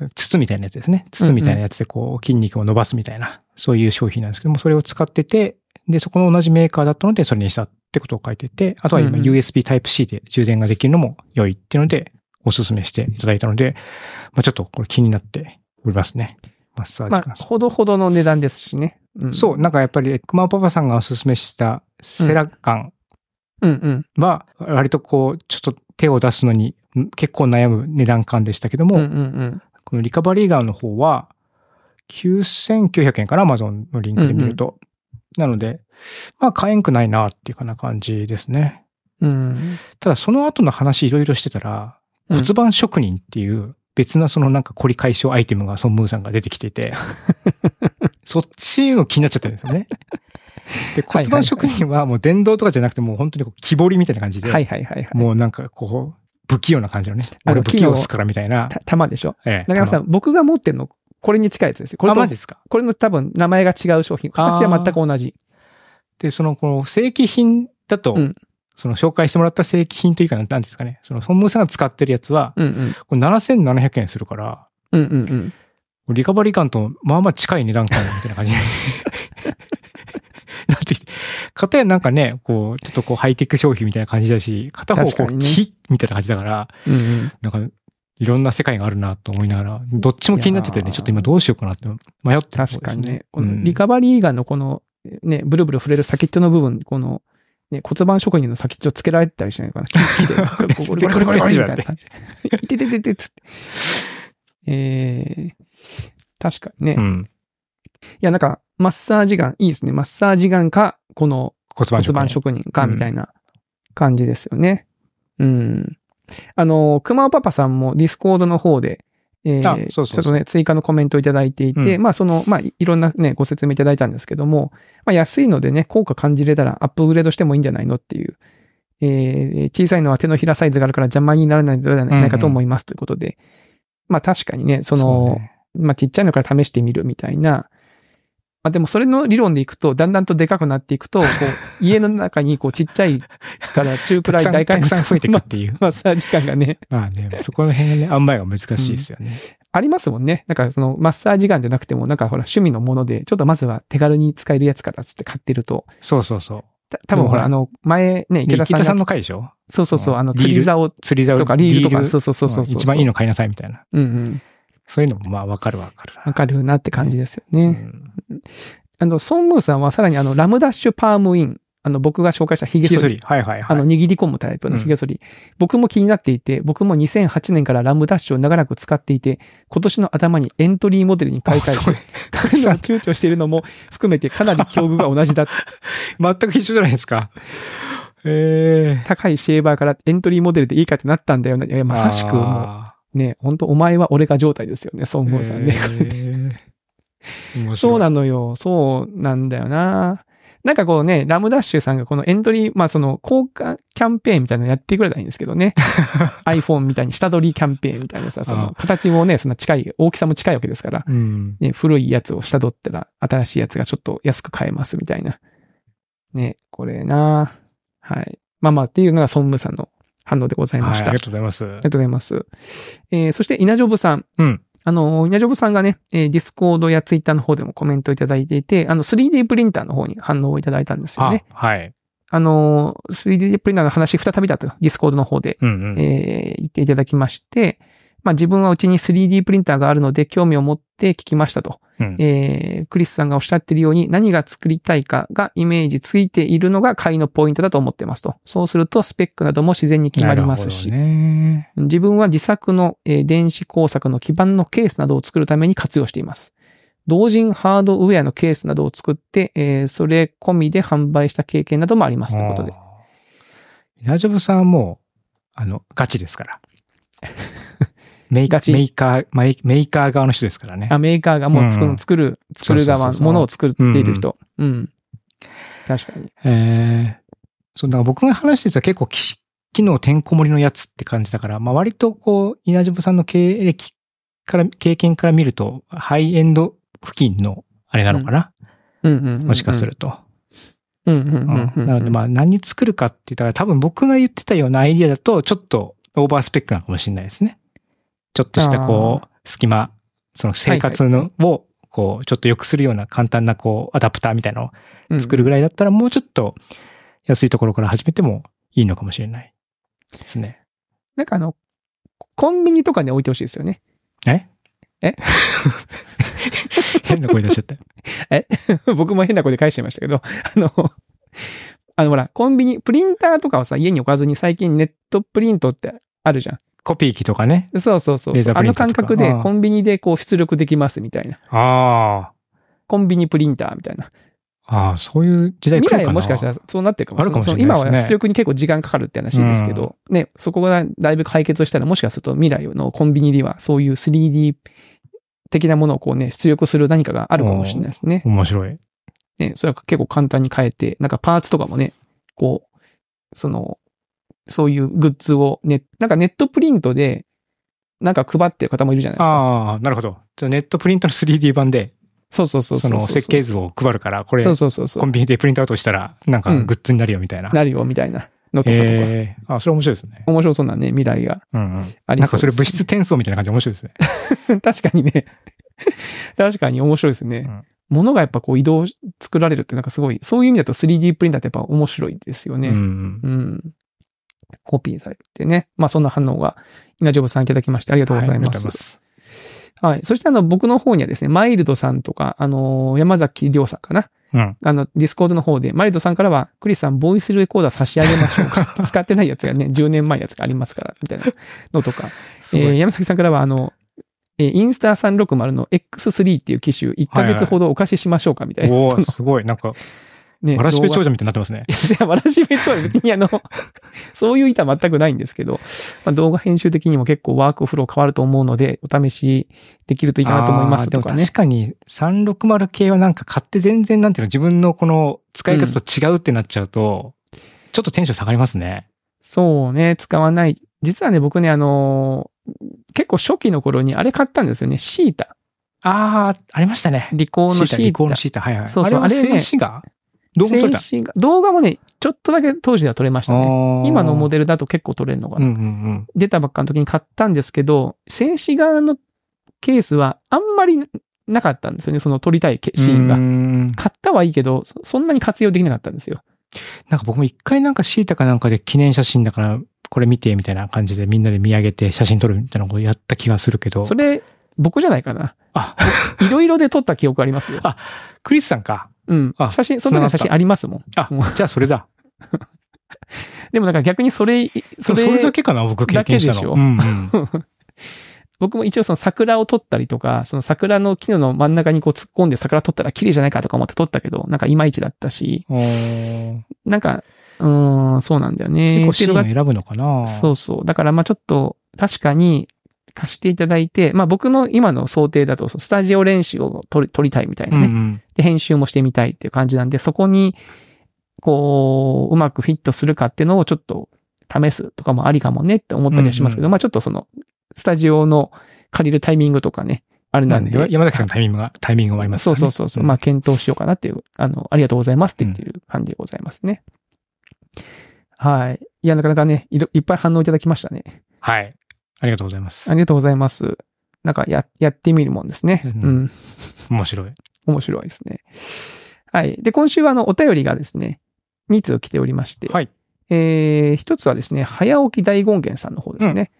Speaker 2: うん。
Speaker 1: 筒みたいなやつですね。筒みたいなやつでこう筋肉を伸ばすみたいな、そういう商品なんですけども、それを使ってて、で、そこの同じメーカーだったので、それにしたってことを書いてて、あとは
Speaker 2: うん
Speaker 1: 今
Speaker 2: うん
Speaker 1: USB Type-C で充電ができるのも良いっていうので、おすすめしていただいたので、まあちょっとこれ気になっておりますね。マッサージ
Speaker 2: ま
Speaker 1: か
Speaker 2: あ、ほどほどの値段ですしね。うん、
Speaker 1: そう、なんかやっぱり、熊パパさんがおすすめしたセラガン
Speaker 2: うんうん。
Speaker 1: は、割とこう、ちょっと手を出すのにん結構悩む値段感でしたけども、
Speaker 2: うんうん
Speaker 1: このリカバリーガンの方は、9900円かな、Amazon のリンクで見ると。なので、まあ、買えんくないなっていうかな感じですね。
Speaker 2: うん。うん。
Speaker 1: ただ、その後の話いろいろしてたら、
Speaker 2: うん
Speaker 1: 骨盤職人っていう別なそのなんか凝り解消アイテムがソンムーさんが出てきてい て、そっちの気になっちゃったんですよね。で、
Speaker 2: はいはいはい
Speaker 1: 骨盤職人はもう電動とかじゃなくてもう本当にこう木彫りみたいな感じで、
Speaker 2: はいはいはいはい。
Speaker 1: もうなんかこう、不器用な感じのね。
Speaker 2: あの
Speaker 1: 俺不器用っすからみたいな。
Speaker 2: た、玉でしょ
Speaker 1: ええ
Speaker 2: 中山さん、僕が持ってるの、これに近いやつですよ。これ
Speaker 1: あ、
Speaker 2: と
Speaker 1: マジ、ですか。
Speaker 2: これの多分名前が違う商品。形は全く同じ。
Speaker 1: で、その、この正規品だと、
Speaker 2: うん
Speaker 1: その紹介してもらった正規品というか、なんなんですかね。その、孫武さんが使ってるやつは、
Speaker 2: うんうん。
Speaker 1: これ7700円するから、
Speaker 2: うんうんうん。
Speaker 1: リカバリー感と、まあまあ近い値段感みたいな 感じになってきて。片やなんかね、こう、ちょっとこうハイテク商品みたいな感じだし、片方こ
Speaker 2: 確か
Speaker 1: う
Speaker 2: にね
Speaker 1: 木みたいな感じだから、
Speaker 2: うんうん。
Speaker 1: なんか、いろんな世界があるなと思いながら、どっちも気になっちゃって
Speaker 2: いや
Speaker 1: ね、
Speaker 2: ー
Speaker 1: ちょっと今どうしようかなって迷ってると
Speaker 2: 確
Speaker 1: こで
Speaker 2: か
Speaker 1: す
Speaker 2: にね。こ
Speaker 1: う
Speaker 2: の
Speaker 1: ん
Speaker 2: リカバリーガンのこの、ね、ブルブル触れる先っちょの部分、この、ね、骨盤職人の先っちょつけられてたりしないのかな。木で、こうゴリゴリゴリゴリみたいな感じ。いててててつって。えー、確かにね。
Speaker 1: う
Speaker 2: い
Speaker 1: ん。
Speaker 2: や、なんか、マッサージガン、いいですね。マッサージガンか、この
Speaker 1: 骨盤
Speaker 2: 骨
Speaker 1: 職
Speaker 2: 盤
Speaker 1: 人。
Speaker 2: 職人か、みたいな感じですよね。うん。あの、熊尾パパさんもディスコードの方で、え
Speaker 1: あ
Speaker 2: ー、
Speaker 1: そうそうそう
Speaker 2: ちょっとね、追加のコメントをいただいていて、
Speaker 1: うん
Speaker 2: まあその、まあいろんなね、ご説明いただいたんですけども、まあ安いのでね、効果感じれたらアップグレードしてもいいんじゃないのっていう、えー、小さいのは手のひらサイズがあるから邪魔にならないのではないかと思いますということで、まあ確かにね、
Speaker 1: そ
Speaker 2: そ
Speaker 1: う
Speaker 2: の、
Speaker 1: ね
Speaker 2: まあ、ちっちゃいのから試してみるみたいな。まあ、でもそれの理論でいくと、だんだんとでかくなっていくと、こう、家の中に、こう、ちっちゃいから中くらい
Speaker 1: たくさん
Speaker 2: 大回
Speaker 1: たくさん増えていくっていう。
Speaker 2: マッサージ感がね、
Speaker 1: まあね、そこの辺がね、あんまりが難しいですよね。
Speaker 2: ありますもんね。なんかその、マッサージガンじゃなくても、なんかほら、趣味のもので、ちょっとまずは手軽に使えるやつからつって買ってると、
Speaker 1: そうそうそう。
Speaker 2: た多分ほら、
Speaker 1: で
Speaker 2: あの、前ね、
Speaker 1: で
Speaker 2: 池田
Speaker 1: 池
Speaker 2: さん
Speaker 1: 田さん
Speaker 2: が、
Speaker 1: の回でしょ
Speaker 2: そうそうそう、あの、
Speaker 1: リール
Speaker 2: 釣り竿
Speaker 1: 釣り竿
Speaker 2: とかリールとか、そうそうそうそう
Speaker 1: うん一番いい
Speaker 2: の。
Speaker 1: の買いなさいみたいな。
Speaker 2: うんうん。
Speaker 1: そういうのもまあわかるわかるな。
Speaker 2: わかるなって感じですよね。
Speaker 1: うん
Speaker 2: あの、ソンムーさんはさらにあの、ラムダッシュパームイン。あの、僕が紹介したヒゲ
Speaker 1: ひげ
Speaker 2: 剃
Speaker 1: 剃
Speaker 2: り
Speaker 1: り。。はいはい
Speaker 2: あ
Speaker 1: はい。
Speaker 2: の、握り込むタイプのヒゲ剃り。僕も気になっていて、僕も2008年からラムダッシュを長らく使っていて、今年の頭にエントリーモデルに買い替
Speaker 1: あそう
Speaker 2: えて、買うのを躊躇しているのも含めてかなり境遇が同じ だ。
Speaker 1: 全く一緒じゃないですか。ええ。
Speaker 2: 高いシェーバーからエントリーモデルでいいかってなったんだよな。いや、まさしくも
Speaker 1: あ
Speaker 2: う、ね、本当お前は俺が状態ですよね、ソン
Speaker 1: ー
Speaker 2: ムーさんね。これね
Speaker 1: ええ面白い
Speaker 2: そうなのよ。そうなんだよな。なんかこうね、ラムダッシュさんがこのエントリー、まあその交換キャンペーンみたいなのやってくれたらいいんですけ どね。iPhone みたいに下取りキャンペーンみたいなさ、そ
Speaker 1: あ
Speaker 2: の形もね、そんな近い、大きさも近いわけですから、
Speaker 1: うん。
Speaker 2: ね、古いやつを下取ったら新しいやつがちょっと安く買えますみたいな。ね、これな。はい。まあまあっていうのがソンムさんの反応でござい
Speaker 1: は
Speaker 2: ま
Speaker 1: い、あ
Speaker 2: し
Speaker 1: り
Speaker 2: た。
Speaker 1: がとうございます。
Speaker 2: ありがとうございます。えーそして、稲ジョブさん。
Speaker 1: うん
Speaker 2: あの、稲ジョブさんがね、えーディスコードやツイッターの方でもコメントいただいていて、あの、3D プリンターの方に反応をいただいたんですよ
Speaker 1: あ
Speaker 2: ね。、
Speaker 1: はい。
Speaker 2: あの、3D プリンターの話、再びだと、ディスコードの方で、
Speaker 1: うんうん。
Speaker 2: えー言っていただきまして、まあ、自分はうちに 3D プリンターがあるので、興味を持って聞きましたと。
Speaker 1: うん
Speaker 2: えークリスさんがおっしゃってるように何が作りたいかがイメージついているのが会のポイントだと思ってますと。そうするとスペックなども自然に決まりますし、
Speaker 1: なるほどね。
Speaker 2: 自分は自作の、えー電子工作の基盤のケースなどを作るために活用しています。同人ハードウェアのケースなどを作って、えーそれ込みで販売した経験などもありますということで。
Speaker 1: あー。ラジョブさんはもう、あの、ガチです から。メイ
Speaker 2: ガチ
Speaker 1: メーカーメイ、メーカー側の人ですからね。
Speaker 2: あメーカーがもう
Speaker 1: う
Speaker 2: 作
Speaker 1: んう
Speaker 2: る
Speaker 1: ん
Speaker 2: 作る、作る
Speaker 1: そ
Speaker 2: 側
Speaker 1: うそうそうそう
Speaker 2: ものを作っている人。うん。確かに。
Speaker 1: えー、そう、だから僕が話してたやつは結構き、機能てんこ盛りのやつって感じだから、まあ割とこう、稲ジョブさんの経歴から、経験から見ると、ハイエンド付近の、あれなのかな、
Speaker 2: うんうんうんうん
Speaker 1: もしかす。ると。
Speaker 2: うんうんうんうん、
Speaker 1: うんなのでまあ何作るかって言ったら、多分僕が言ってたようなアイディアだと、ちょっとオーバースペックなのかもしれないですね。ちょっとしたこう、隙間、その生活のを、こう、ちょっと良くするような簡単なこう、アダプターみたいなのを
Speaker 2: うん
Speaker 1: 作るぐらいだったら、もうちょっと安いところから始めてもいいのかもしれないです ね。
Speaker 2: なんかあの、コンビニとかに置いてほしいですよね。
Speaker 1: え
Speaker 2: え
Speaker 1: 変な声出しちゃった。
Speaker 2: 僕も変な声で返しちゃいましたけど、あの、あの、ほら、コンビニ、プリンターとかはさ、家に置かずに最近ネットプリントってあるじゃ
Speaker 1: コピー機とかね。
Speaker 2: ん。そうそうそう
Speaker 1: レーザ
Speaker 2: そう。
Speaker 1: ー
Speaker 2: あ
Speaker 1: プリ
Speaker 2: の
Speaker 1: ンター
Speaker 2: 感
Speaker 1: とか
Speaker 2: 覚で
Speaker 1: ああ
Speaker 2: コンビニでこう出力できますみたいな。
Speaker 1: あ
Speaker 2: コンビニプリンターみたいな。
Speaker 1: あ。ああ、そういう時代来る
Speaker 2: 未
Speaker 1: かな
Speaker 2: 来はもしかしたらそうなってるかも
Speaker 1: あるかもしれな
Speaker 2: その
Speaker 1: いですね
Speaker 2: 今は出力に結構時間かかるって話ですけど、ね、そこがだいぶ解決したら、もしかすると未来のコンビニにはそういう 3D 的なものをこうね、出力する何かがあるかもしれないですね。
Speaker 1: 面白い。
Speaker 2: ね、それは結構簡単に変えて、なんかパーツとかもね、こう、その、そういうグッズをね、なんかネットプリントで、なんか配ってる方もいるじゃないですか。
Speaker 1: ああ、なるほど。じゃあネットプリントの 3D 版で、
Speaker 2: そうそうそう
Speaker 1: その設計図を配るから、これ
Speaker 2: そ、うそうそうそ
Speaker 1: コ
Speaker 2: う。
Speaker 1: ンビニでプリントアウトしたら、なんかグッズになるよみたいな。
Speaker 2: なるよ、みたいなのとかとか。
Speaker 1: ええあ、それ面白いですね。
Speaker 2: 面白そうなね、未来が
Speaker 1: うんうん。
Speaker 2: あり
Speaker 1: なんか
Speaker 2: そうです
Speaker 1: それ物質転送みたいな感じで面白いですね。
Speaker 2: 確かにね。確かに面白いですね。
Speaker 1: うん
Speaker 2: 物がやっぱこう移動し作られるってなんかすごい、そういう意味だと 3D プリンターってやっぱ面白いですよ
Speaker 1: う
Speaker 2: ね。
Speaker 1: ん
Speaker 2: うん。コピーされてね。まあそんな反応が、稲ジョブさんいただきましてありがとうござい
Speaker 1: はあり
Speaker 2: ま。
Speaker 1: がとうございますす。
Speaker 2: はい。そしてあの僕の方にはですね、マイルドさんとか、あのー山崎亮さんかな。
Speaker 1: うん。
Speaker 2: あの、ディスコードの方で、マイルドさんからは、クリスさん、ボイスレコーダー差し上げましょう か。使ってないやつがね、10年前のやつがありますから、みたいな のとか。
Speaker 1: す
Speaker 2: え
Speaker 1: ご
Speaker 2: ー
Speaker 1: い。
Speaker 2: 山崎さんからは、あの、えーインスタ360の X3 っていう機種、1ヶ
Speaker 1: はいは
Speaker 2: 月
Speaker 1: い
Speaker 2: ほどお貸ししましょうかみたいな。
Speaker 1: お
Speaker 2: その
Speaker 1: おすごい。なんか、
Speaker 2: ね
Speaker 1: わらしべ
Speaker 2: 動
Speaker 1: 長者みたいになってますね。
Speaker 2: 画いやわらしべ長者、別 にあの、そういう板全くないんですけど、まあ、動画編集的にも結構ワークフロー変わると思うので、お試しできるといいかなと思いま
Speaker 1: あ
Speaker 2: す
Speaker 1: ーで
Speaker 2: と
Speaker 1: も
Speaker 2: かね
Speaker 1: 確。かに360系はなんか買って全然なんていうの自分のこの使い方と違うってなっちゃうと、ちょっとテンション下がりますね。
Speaker 2: そうね、使わない。実はね、僕ね、あのー結構初期の頃にあれ買ったんですよね、シータ。
Speaker 1: ああ、ありましたね。
Speaker 2: リコーの
Speaker 1: シー
Speaker 2: シ
Speaker 1: タ、リコー
Speaker 2: ー
Speaker 1: の
Speaker 2: タ。
Speaker 1: シータ。はいはい。
Speaker 2: そうそう
Speaker 1: あれ
Speaker 2: あ
Speaker 1: は
Speaker 2: れね
Speaker 1: 静止画動画撮れた。
Speaker 2: 静止画動画もね、ちょっとだけ当時では撮れましたね。今のモ
Speaker 1: デ
Speaker 2: デルだと結構撮れるのが
Speaker 1: うんうんうん。
Speaker 2: 出たばっかの時に買ったんですけど、静止画のケースはあんまりなかったんですよね、その撮りたいけシーン
Speaker 1: う
Speaker 2: が。
Speaker 1: ん
Speaker 2: 買ったはいいけど、そそんなに活用できなかったんですよ。
Speaker 1: なんか僕も一回なんかシータかなんかで記念写真だから、これ見てみたいな感じでみんなで見上げて写真撮るみたいなことやった気がするけど。
Speaker 2: それ、僕じゃないかな。
Speaker 1: あ、
Speaker 2: いろいろで撮った記憶ありますよ。
Speaker 1: あクリスさんか。
Speaker 2: うん。
Speaker 1: あ
Speaker 2: 写真、その時の写
Speaker 1: 繋がっ
Speaker 2: 真
Speaker 1: た
Speaker 2: ありますもん。
Speaker 1: あ
Speaker 2: うん、
Speaker 1: じゃあそれだ。
Speaker 2: でもなんか逆にそれ、
Speaker 1: そ
Speaker 2: そ
Speaker 1: れ
Speaker 2: れ、
Speaker 1: それだけかな僕経験したの。
Speaker 2: だ
Speaker 1: うんうん
Speaker 2: 僕も一応その桜を撮ったりとか、その桜の木の真ん中にこう突っ込んで桜撮ったら綺麗じゃないかとか思って撮ったけど、なんかいまいちだったし、
Speaker 1: おー
Speaker 2: なんか、うーん、そうなんだよ
Speaker 1: 結
Speaker 2: ね。
Speaker 1: 構
Speaker 2: って
Speaker 1: シ
Speaker 2: いう
Speaker 1: ー
Speaker 2: の
Speaker 1: ン
Speaker 2: が
Speaker 1: を選ぶのかな
Speaker 2: そうそう。だからまあちょっと確かに貸していただいて、まあ僕の今の想定だとそのスタジオ練習を撮り撮りたいみたいな
Speaker 1: うん
Speaker 2: ね、
Speaker 1: うん。
Speaker 2: で。編集もしてみたいっていう感じなんで、そこにこう、うまくフィットするかっていうのをちょっと試すとかもありかもねって思ったりはします
Speaker 1: う
Speaker 2: けど、
Speaker 1: んうん
Speaker 2: まあちょっとそのスタジオの借りるタイミングとかね、あれ
Speaker 1: な
Speaker 2: なんん
Speaker 1: で、
Speaker 2: で。
Speaker 1: 山崎さんのタイミングが、タイミングもありますか
Speaker 2: そ
Speaker 1: らね
Speaker 2: うそうそうそう、
Speaker 1: ん
Speaker 2: まあ検討しようかなっていう、あの、ありがとうございますって言ってる感じでございますね。はい。いや、なかなかね、いろいっぱい反応いただきましたね。
Speaker 1: はい。ありがとうございます
Speaker 2: あ。りがとうございます。なんかや、やってみるもんですね。
Speaker 1: うん
Speaker 2: うん。
Speaker 1: 面白い。
Speaker 2: 面白いですね。はい。で、今週はあの、お便りがですね、2通来ておりまして、
Speaker 1: はい。
Speaker 2: えー、一つはですね、早起き大権現さんの方ですね。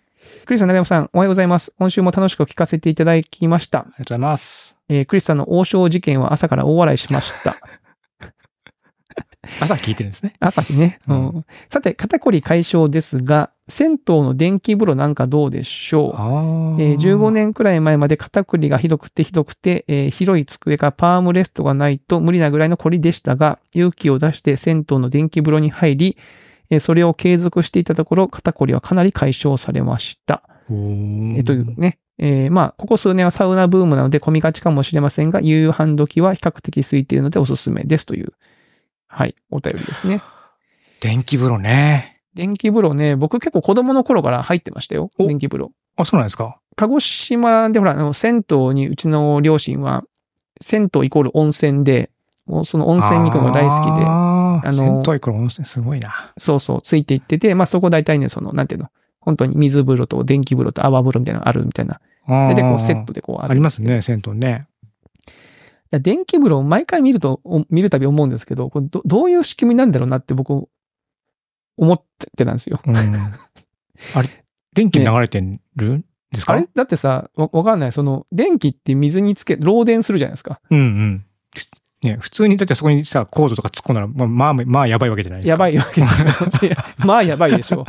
Speaker 2: クリスさん、中山さん、おはようございます。今週も楽しく聞かせていただきました
Speaker 1: あり。がとうございます。
Speaker 2: えー、クリスさんの王将事件は朝から大笑いしま した。
Speaker 1: 朝聞いてるんですね。
Speaker 2: 朝日ね。うん。さて、肩こり解消ですが、銭湯の電気風呂なんかどうでしょう
Speaker 1: あー
Speaker 2: えー15。年くらい前まで肩こりがひどくてひどくて、えー広い机かパームレストがないと無理なぐらいのこりでしたが、勇気を出して銭湯の電気風呂に入り、えーそれを継続していたところ、肩こりはかなり解消されました。
Speaker 1: おー
Speaker 2: えーというね。えーまあ、ここ数年はサウナブームなので混みがちかもしれませんが、夕飯時は比較的空いているのでおすすめですという、はい、お便りですね。
Speaker 1: 電気風呂ね。
Speaker 2: 電気風呂ね、僕結構子供の頃から入ってましたよ。
Speaker 1: お
Speaker 2: 電気風呂。
Speaker 1: あ、そうなんですか。
Speaker 2: 鹿児島でほら、あの、銭湯にうちの両親は、銭湯イコール温泉で、もうその温泉に行くのが大好きで、
Speaker 1: あ
Speaker 2: あ
Speaker 1: あの、
Speaker 2: の
Speaker 1: 銭湯行くの温泉すごいな。
Speaker 2: そうそう、ついていってて、まあそこ大体ね、その、なんていうの、本当に水風呂と電気風呂と泡風呂みたいなのがあるみたいな。
Speaker 1: 大
Speaker 2: 大体こうセットでこうあ
Speaker 1: あ
Speaker 2: る。
Speaker 1: り
Speaker 2: い
Speaker 1: ますね、銭湯ね。
Speaker 2: や、電気風呂毎回見ると、お見るたび思うんですけど、これどどういう仕組みなんだろうなって僕、思っててなんですよ。
Speaker 1: うん。 あれ、電気流れてるんですか
Speaker 2: あれだってさ、わわかんない。その、電気って水につけ、漏電するじゃないですか。
Speaker 1: うんうん。ね、普通にだってそこにさ、コードとか突っ込んだら、まあ、まあ、まあやばいわけじゃないですか。
Speaker 2: やばいわけでし ょ。いやまあやばいでしょ。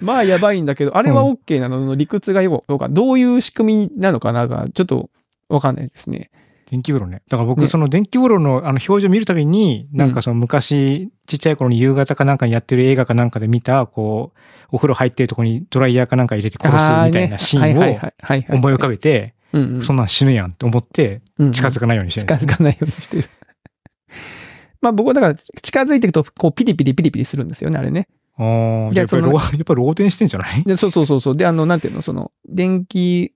Speaker 2: まあやばいんだけど、あれは OK なのの理屈がよくわかんどういう仕組みなのかなが、ちょっとわかんないですね。
Speaker 1: 電気風呂ね。だから僕、
Speaker 2: ね
Speaker 1: その電気風呂のあの表示を見るたびに、なんかその昔、ちっちゃい頃に夕方かなんかにやってる映画かなんかで見た、こう、お風呂入ってるとこにドライヤーかなんか入れて殺すみたいなシーンを
Speaker 2: を
Speaker 1: 思い浮かべて、
Speaker 2: べ、うんうん
Speaker 1: そんなん死ぬやんって思って、近づかないようにしてるん
Speaker 2: 近
Speaker 1: です
Speaker 2: づかないようにしてる。 まあ僕はだから近づいていくとこうピリピリピリピリするんですよね、あれね。
Speaker 1: あー
Speaker 2: い
Speaker 1: じゃあや
Speaker 2: や
Speaker 1: っぱり
Speaker 2: その
Speaker 1: ロー、やっぱり漏電してんじゃない
Speaker 2: で、そうそうそうそう。で、あの、なんていうの、その、電気、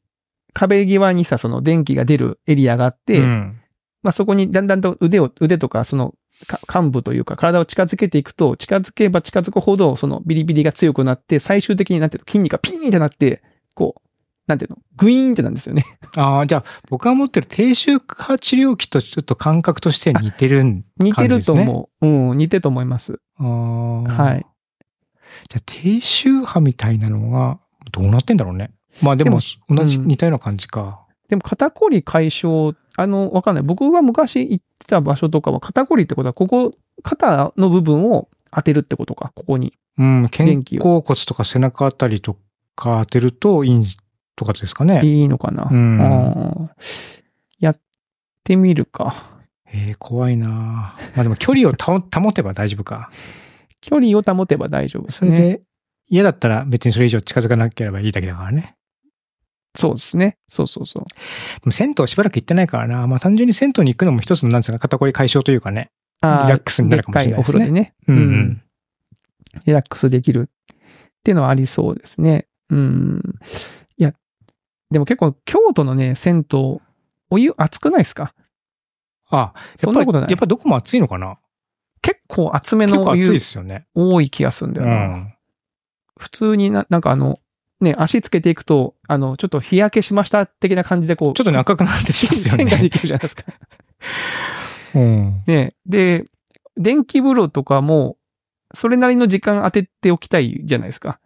Speaker 2: 壁際にさ、その電気が出るエリアがあって、
Speaker 1: うん
Speaker 2: まあそこにだんだんと腕を、腕とか、その、か幹部というか、体を近づけていくと、近づけば近づくほど、そのビリビリが強くなって、最終的になんていうの、筋肉がピーンってなって、こう、なんていうの、グイーンってなんですよね。
Speaker 1: ああ、じゃあ僕が持ってる低周波治療器とちょっと感覚として似てるん
Speaker 2: 似てると
Speaker 1: 感
Speaker 2: 思う。うん、似てると思います。
Speaker 1: ああ。
Speaker 2: はい。
Speaker 1: じゃあ低周波みたいなのはどうなってんだろうね。まあでも、同じ、
Speaker 2: うん
Speaker 1: 似たような感じか。
Speaker 2: でも肩こり解消、あの、わかんない。僕が昔行ってた場所とかは、肩こりってことは、ここ、肩の部分を当てるってことか、ここに。
Speaker 1: うん、肩
Speaker 2: 電気
Speaker 1: 甲骨とか背中あたりとか当てるといいとかですかね。
Speaker 2: いいのかな。
Speaker 1: うん
Speaker 2: あーやってみるか。
Speaker 1: えー、怖いなぁまあでも距離を保 保てば大丈夫か。
Speaker 2: 距離を保てば大丈夫で
Speaker 1: そ
Speaker 2: す
Speaker 1: れ
Speaker 2: ね。
Speaker 1: で、嫌だったら別にそれ以上近づかなければいいだけだからね。
Speaker 2: そうですね。そうそうそう。
Speaker 1: でも銭湯しばらく行ってないからなまあ単純に銭湯に行くのも一つのなんですか、肩こり解消というかね。
Speaker 2: あー
Speaker 1: リラックスになるかもしれないですね
Speaker 2: でっかいお風呂でね。
Speaker 1: うん、う
Speaker 2: うんん。リラックスできるっていうのはありそうですね。うん。いや、でも結構京都のね、銭湯、お湯熱くないですか
Speaker 1: あ、
Speaker 2: そんなことない
Speaker 1: やっぱりどこも暑いのかな
Speaker 2: 結構厚め
Speaker 1: 結
Speaker 2: の
Speaker 1: 構
Speaker 2: お
Speaker 1: 暑い
Speaker 2: 湯
Speaker 1: ですよね。
Speaker 2: 多い気がするんだ
Speaker 1: う
Speaker 2: よな。
Speaker 1: ん。
Speaker 2: 普通にな、なんかあの、ね、足つけていくと、あの、ちょっと日焼けしました的な感じでこう、
Speaker 1: ちょっとね、赤くなってきますよ
Speaker 2: 線がで
Speaker 1: ね。
Speaker 2: きるじゃないですか。
Speaker 1: うん。
Speaker 2: ね、で、電気風呂とかも、それなりの時間当てておきたいじゃないですか。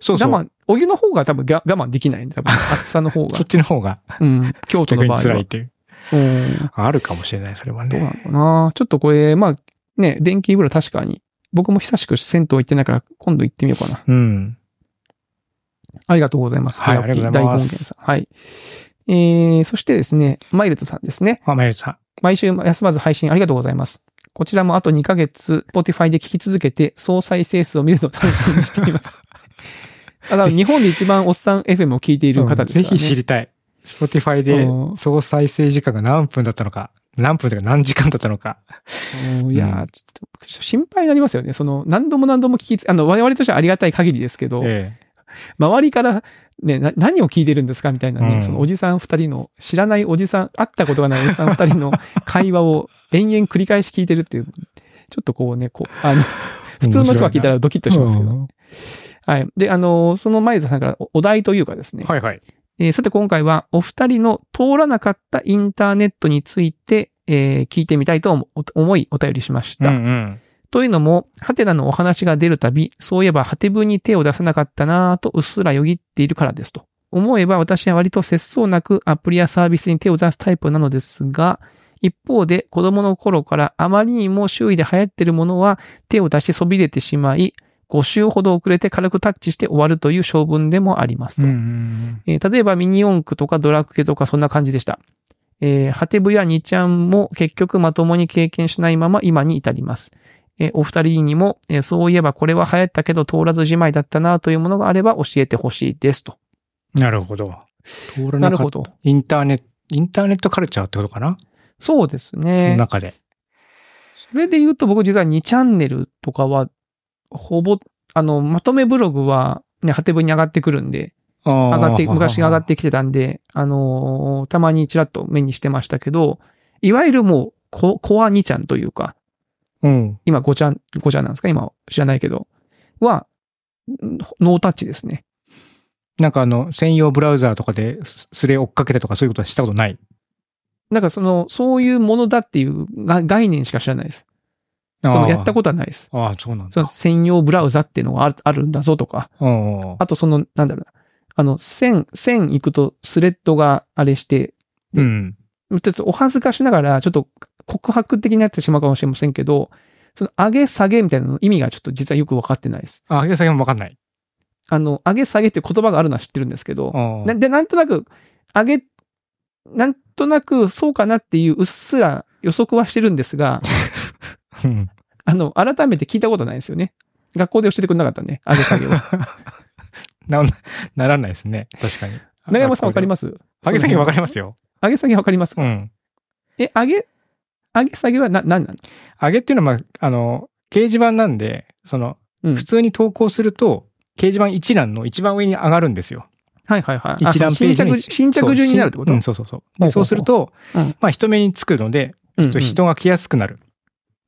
Speaker 1: そうそう。
Speaker 2: 我慢、お湯の方が多分が我慢できないんで、多分暑さの方が
Speaker 1: そっ。ちの方が
Speaker 2: うん、京
Speaker 1: 逆
Speaker 2: 都の
Speaker 1: に
Speaker 2: 場合
Speaker 1: 辛いっ
Speaker 2: は。
Speaker 1: ていう。
Speaker 2: うん、
Speaker 1: あるかもしれない、それは
Speaker 2: どうなの
Speaker 1: ね。
Speaker 2: かなちょっとこれ、まあ、ね、電気風呂確かに。僕も久しく銭湯行ってないから、今度行ってみようかな。
Speaker 1: うん。
Speaker 2: ありがとうございます。
Speaker 1: はい
Speaker 2: ハラッピー
Speaker 1: ありがとうございます
Speaker 2: 大権現さん。はい。えー、そしてですね、マイルドさんですね。
Speaker 1: あ、マイルドさん。
Speaker 2: 毎週休まず配信ありがとうございます。こちらもあと2ヶ月、Spotify で聞き続けて、総再生数を見るのを楽しみにして います。あだから日本で一番おっさん FM を聞いている方ですから、ね。
Speaker 1: ぜひ知りたい。Spotify で
Speaker 2: うん
Speaker 1: 総再生時間が何分だったのか、何分というか何時間だったのか。
Speaker 2: うんいやーちょっと心配になりますよね。その、何度も何度も聞きつ、あの、我々としてはありがたい限りですけど、
Speaker 1: ええ。
Speaker 2: 周りから、ね、な何を聞いてるんですかみたいなね、
Speaker 1: うん
Speaker 2: そのおじさん二人の、知らないおじさん、会ったことがないおじさん二人 の会話を延々繰り返し聞いてるっていう、ちょっとこうね、こう、 あの、普通の人が聞いたらドキッとしますけど。
Speaker 1: うん
Speaker 2: はい。で、あの、そのマイルドさんからおお題というかですね、
Speaker 1: はいはい。
Speaker 2: えーさて今回はお二人の通らなかったインターネットについて、えー聞いてみたいと思思いお便りしまし
Speaker 1: うん
Speaker 2: た。
Speaker 1: うん。
Speaker 2: というのも、ハテナのお話が出るたび、そういえばハテブに手を出さなかったなぁとうっすらよぎっているからですと。思えば私は割と節操なくアプリやサービスに手を出すタイプなのですが、一方で子供の頃からあまりにも周囲で流行っているものは手を出しそびれてしまい、5週ほど遅れて軽くタッチして終わるという性分でもあります
Speaker 1: う
Speaker 2: と。
Speaker 1: んうん
Speaker 2: えー例えばミニ四駆とかドラクエとかそんな感じでした。えーハテブやニちゃんも結局まともに経験しないまま今に至ります。えーお二人にも、えーそういえばこれは流行ったけど通らずじまいだったなというものがあれば教えてほしいですと。
Speaker 1: なるほど。通ら
Speaker 2: な
Speaker 1: な
Speaker 2: る
Speaker 1: かっ
Speaker 2: ほ
Speaker 1: た。
Speaker 2: ど。
Speaker 1: インターネット、インターネットカルチャーってことかな
Speaker 2: そうです
Speaker 1: その
Speaker 2: ね。
Speaker 1: 中で。
Speaker 2: それで言うと僕実は2チャンネルとかは、ほぼ、あの、まとめブログは、ね、ハテブに上がってくるんで、
Speaker 1: 上。
Speaker 2: 上がって、昔上がっててきてたんで、あのーたまにちらっと目にしてましたけど、いわゆるもう、ココア2ちゃんというか、
Speaker 1: うん。
Speaker 2: 今5ちゃん、5ちゃんなんですか今知らないけど、は、んノータッチですね。
Speaker 1: なんかあの、専用ブラウザーとかですすれ追っかけたとかそういうことはしたことない。
Speaker 2: なんかその、そういうものだっていうが概念しか知らないです。そのやったことはないです。
Speaker 1: と。ああ、そうなん
Speaker 2: そ
Speaker 1: だ
Speaker 2: の。専用ブラウザっていうのがあるあるんだぞとか、
Speaker 1: うんうん
Speaker 2: あとその、なんだろうな、あの、線、線行くとスレッドがあれして、
Speaker 1: うん。
Speaker 2: ちょっとお恥ずかしながら、ちょっと告白的になってしまうかもしれませんけど、その上げ下げみたいなの意味がちょっと実はよくわかってないです。
Speaker 1: あ、上げ下げもわかんない。
Speaker 2: あの、上げ下げっていう言葉があるのは知ってるんですけど、
Speaker 1: あ
Speaker 2: なで、なんとなく、上げ、なんとなくそうかなっていううっすら予測はしてるんです が、
Speaker 1: うん
Speaker 2: あの、改めて聞いたことないですよね。学校で教えてくれなかったね、上げ 下げは。
Speaker 1: な、ならないですね。確 かに。
Speaker 2: 長山さんわかります。
Speaker 1: 上げ下げわかりますすよ。
Speaker 2: 上げ下げわかりますか
Speaker 1: うん。
Speaker 2: え、上げ、上げ下げはな、何なの
Speaker 1: 上げっていうのは、まあ、あの、掲示板なんで、その、
Speaker 2: うん
Speaker 1: 普通に投稿すると、掲示板一覧の一番上に上がるんですよ。
Speaker 2: はいはいはい。
Speaker 1: 一覧
Speaker 2: あ
Speaker 1: ページ
Speaker 2: そ
Speaker 1: に
Speaker 2: う新着、新着順になるってこと
Speaker 1: そううん、そうそうそう。
Speaker 2: ほうほうほ
Speaker 1: で
Speaker 2: う
Speaker 1: そうすると、
Speaker 2: うん
Speaker 1: まあ、人目につくので、
Speaker 2: うんう
Speaker 1: ちょ
Speaker 2: ん
Speaker 1: っと人が来やすくなる。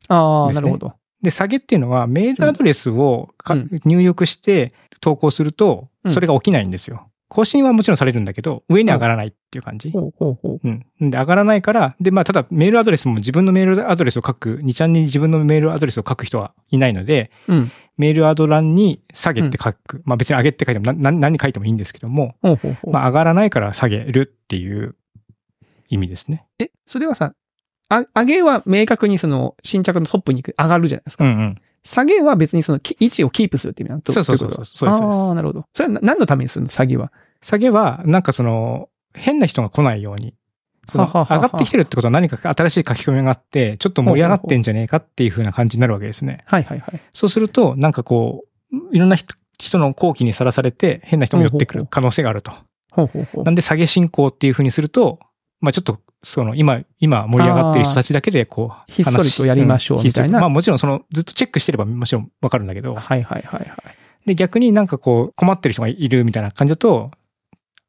Speaker 2: ああ、
Speaker 1: です
Speaker 2: な
Speaker 1: ね
Speaker 2: るほど。
Speaker 1: で、下げっていうのは、メールアドレスをか
Speaker 2: うん
Speaker 1: 入力して投稿すると、
Speaker 2: うん
Speaker 1: それが起きないんですよ。更新はもちろんされるんだけど、上に上がらないっていう感じ。
Speaker 2: ほうほうほう。
Speaker 1: うん。で、上がらないから、で、まあ、ただ、メールアドレスも自分のメールアドレスを書く、2ちゃんに自分のメールアドレスを書く人はいないので、
Speaker 2: うん。
Speaker 1: メールアド欄に下げって書く。まあ、別に上げって書いても、な、な何書いてもいいんですけども、
Speaker 2: ほうほうほう。
Speaker 1: まあ、上がらないから下げるっていう意味ですね。
Speaker 2: え、それはさ、あ上げは明確にその新着のトップに上がるじゃないです
Speaker 1: う
Speaker 2: か。
Speaker 1: んうん。
Speaker 2: 下げは別にそのき位置をキープするって意味なのと
Speaker 1: そうそうそうそう
Speaker 2: といこと
Speaker 1: そうですそうです
Speaker 2: ああ、なるほど。それはな何のためにするの下げは。
Speaker 1: 下げは、なんかその、変な人が来ないように。その
Speaker 2: はは
Speaker 1: 上
Speaker 2: はは
Speaker 1: がってきてるってことは何か新しい書き込みがあって、ちょっと盛り上がってんじゃねえかっていう風な感じになるわけですね。
Speaker 2: はいはいはい。
Speaker 1: そうすると、なんかこう、いろんな人人の好奇にさらされて、変な人も寄ってくる可能性があると。
Speaker 2: ほうほうほう
Speaker 1: な。んで下げ進行っていう風にすると、まあちょっと、その今、今盛り上がってる人たちだけでこう、
Speaker 2: ひっそりとやりましょう
Speaker 1: 話んひっそり
Speaker 2: みたいな
Speaker 1: まあもちろんその、ずっとチェックしてればもちろんわかるんだけど、
Speaker 2: はいはいはいはい。
Speaker 1: で逆になんかこう、困ってる人がいるみたいな感じだと、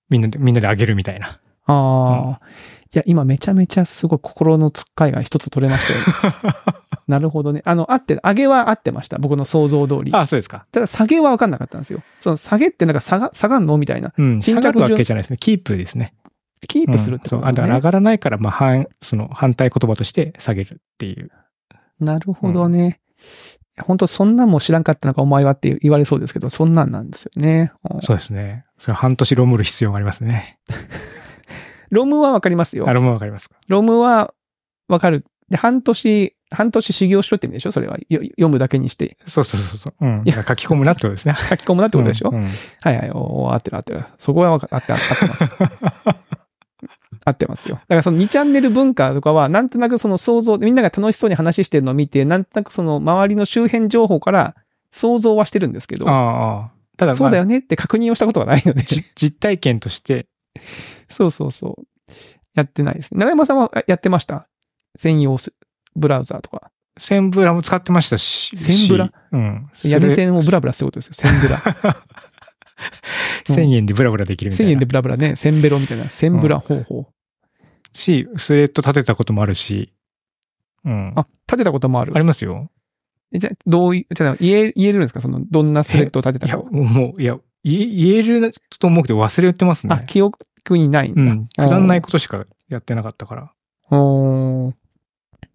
Speaker 1: みんなで、みんなであげるみたいな。
Speaker 2: ああ、いや、今めちゃめちゃすごい心のつっかえが一つ取れましたよ。 なるほどね。あの、合って、上げは合ってました。僕の想像通り。
Speaker 1: ああ、そうですか。
Speaker 2: ただ下げは分かんなかったんですよ。その下げってなんか下が、下がんのみたいな。
Speaker 1: うん、
Speaker 2: 新
Speaker 1: 下
Speaker 2: 着
Speaker 1: がるわけじゃないですね。キープですね。
Speaker 2: キープするってこと
Speaker 1: うんそうあだから
Speaker 2: だね
Speaker 1: 上。がらないから、まあ、反、その反対言葉として下げるっていう。
Speaker 2: なるほどね。本当そんなんも知らんかったのかお前はって言われそうですけど、そんなんなんですよね。うん
Speaker 1: そうですね。それ半年ロムる必要がありますね。
Speaker 2: ロムはわかりますよ
Speaker 1: あ。ロムはわかりますか
Speaker 2: ロムはわかる。で、半年、半年修行しろって意味でしょそれは。よ読むだけにして。
Speaker 1: そうそうそうそう。うん。
Speaker 2: いや
Speaker 1: だから書き込むなってことですね。
Speaker 2: 書き込むな ってことでしょ、
Speaker 1: うんうん
Speaker 2: はいはい。おお合ってる合ってる。そこはわか合って合ってます。 合ってますよ。だからその2チャンネル文化とかは、なんとなくその想像、みんなが楽しそうに話してるのを見て、なんとなくその周りの周辺情報から想像はしてるんですけど
Speaker 1: あ、あああ、ただ、まあ、
Speaker 2: そうだよねって確認をしたことがないので。
Speaker 1: じ実体験として、
Speaker 2: そうそうそう。やってないですね。長山さんはあやってました専用すブラウザーとか。
Speaker 1: センブラも使ってましたし。
Speaker 2: センブラ
Speaker 1: しうん。
Speaker 2: 闇線をブ
Speaker 1: ラ。
Speaker 2: ラブラすることですよ。センブラ。
Speaker 1: 1000円でブラブラできるみたい
Speaker 2: 1000
Speaker 1: な。
Speaker 2: 円でブラブラね。センベロみたいな。センブラ方法。
Speaker 1: し、スレッド立てたこともあるし。うん。あ
Speaker 2: あ、立てたこともある。
Speaker 1: りますよ。
Speaker 2: えじゃあどういう、じゃあ言え、言えるんですかその、どんなスレッドを立てた
Speaker 1: いや、
Speaker 2: か。
Speaker 1: もう、いや、い言えると思うけど忘れてます
Speaker 2: あ、
Speaker 1: ね。
Speaker 2: 記憶にないん
Speaker 1: う
Speaker 2: だ。
Speaker 1: ん。くだんないことしかやってなかったから。
Speaker 2: おー。おー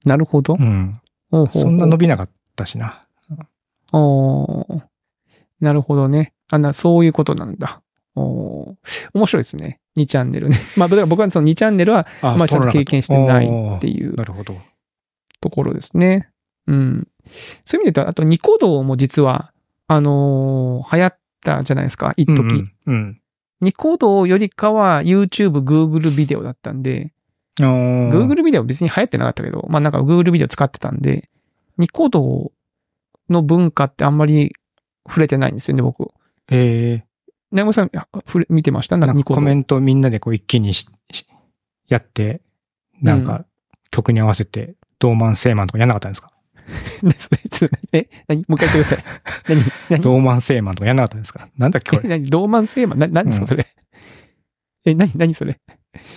Speaker 2: なるほど
Speaker 1: う。ん。
Speaker 2: ほうほうほう
Speaker 1: そんな伸びなかったしな。
Speaker 2: おーなるほどね。あんな、そういうことなんだ。おー面白いですね。2チャンネルね。 まあ、だから僕はその2チャンネルは
Speaker 1: あ
Speaker 2: まあちゃんと経験してないって
Speaker 1: い
Speaker 2: いう
Speaker 1: なるほど。
Speaker 2: ところですね。うん。そういう意味で言うと、あとニコ動も実は、あのー流行ったじゃないですか、一時、
Speaker 1: うんうん。うん
Speaker 2: ニコ動よりかは YouTube、Google ビデオだったんで、
Speaker 1: あー
Speaker 2: Google ビデオ別に流行ってなかったけど、まあなんか Google ビデオ使ってたんで、ニコ動の文化ってあんまり触れてないんですよね、僕。
Speaker 1: え
Speaker 2: 長山さん、あ触れ見てました
Speaker 1: ー、
Speaker 2: なん
Speaker 1: な
Speaker 2: か
Speaker 1: ん
Speaker 2: ニ
Speaker 1: か
Speaker 2: コ
Speaker 1: コ
Speaker 2: 動。
Speaker 1: メントみんなでこう一気にししやって、なん
Speaker 2: う
Speaker 1: か曲に合わせて、ドーマン・セーマンとかやんなかったんですか
Speaker 2: 何 それちょっと、え、何もう一回言ってください。何何
Speaker 1: ドーマン・セーマンとかやんなかったんですかなんだっけこれ。
Speaker 2: え 何動漫性マンな、何です
Speaker 1: う
Speaker 2: か、
Speaker 1: ん
Speaker 2: それ。え、何、何それ。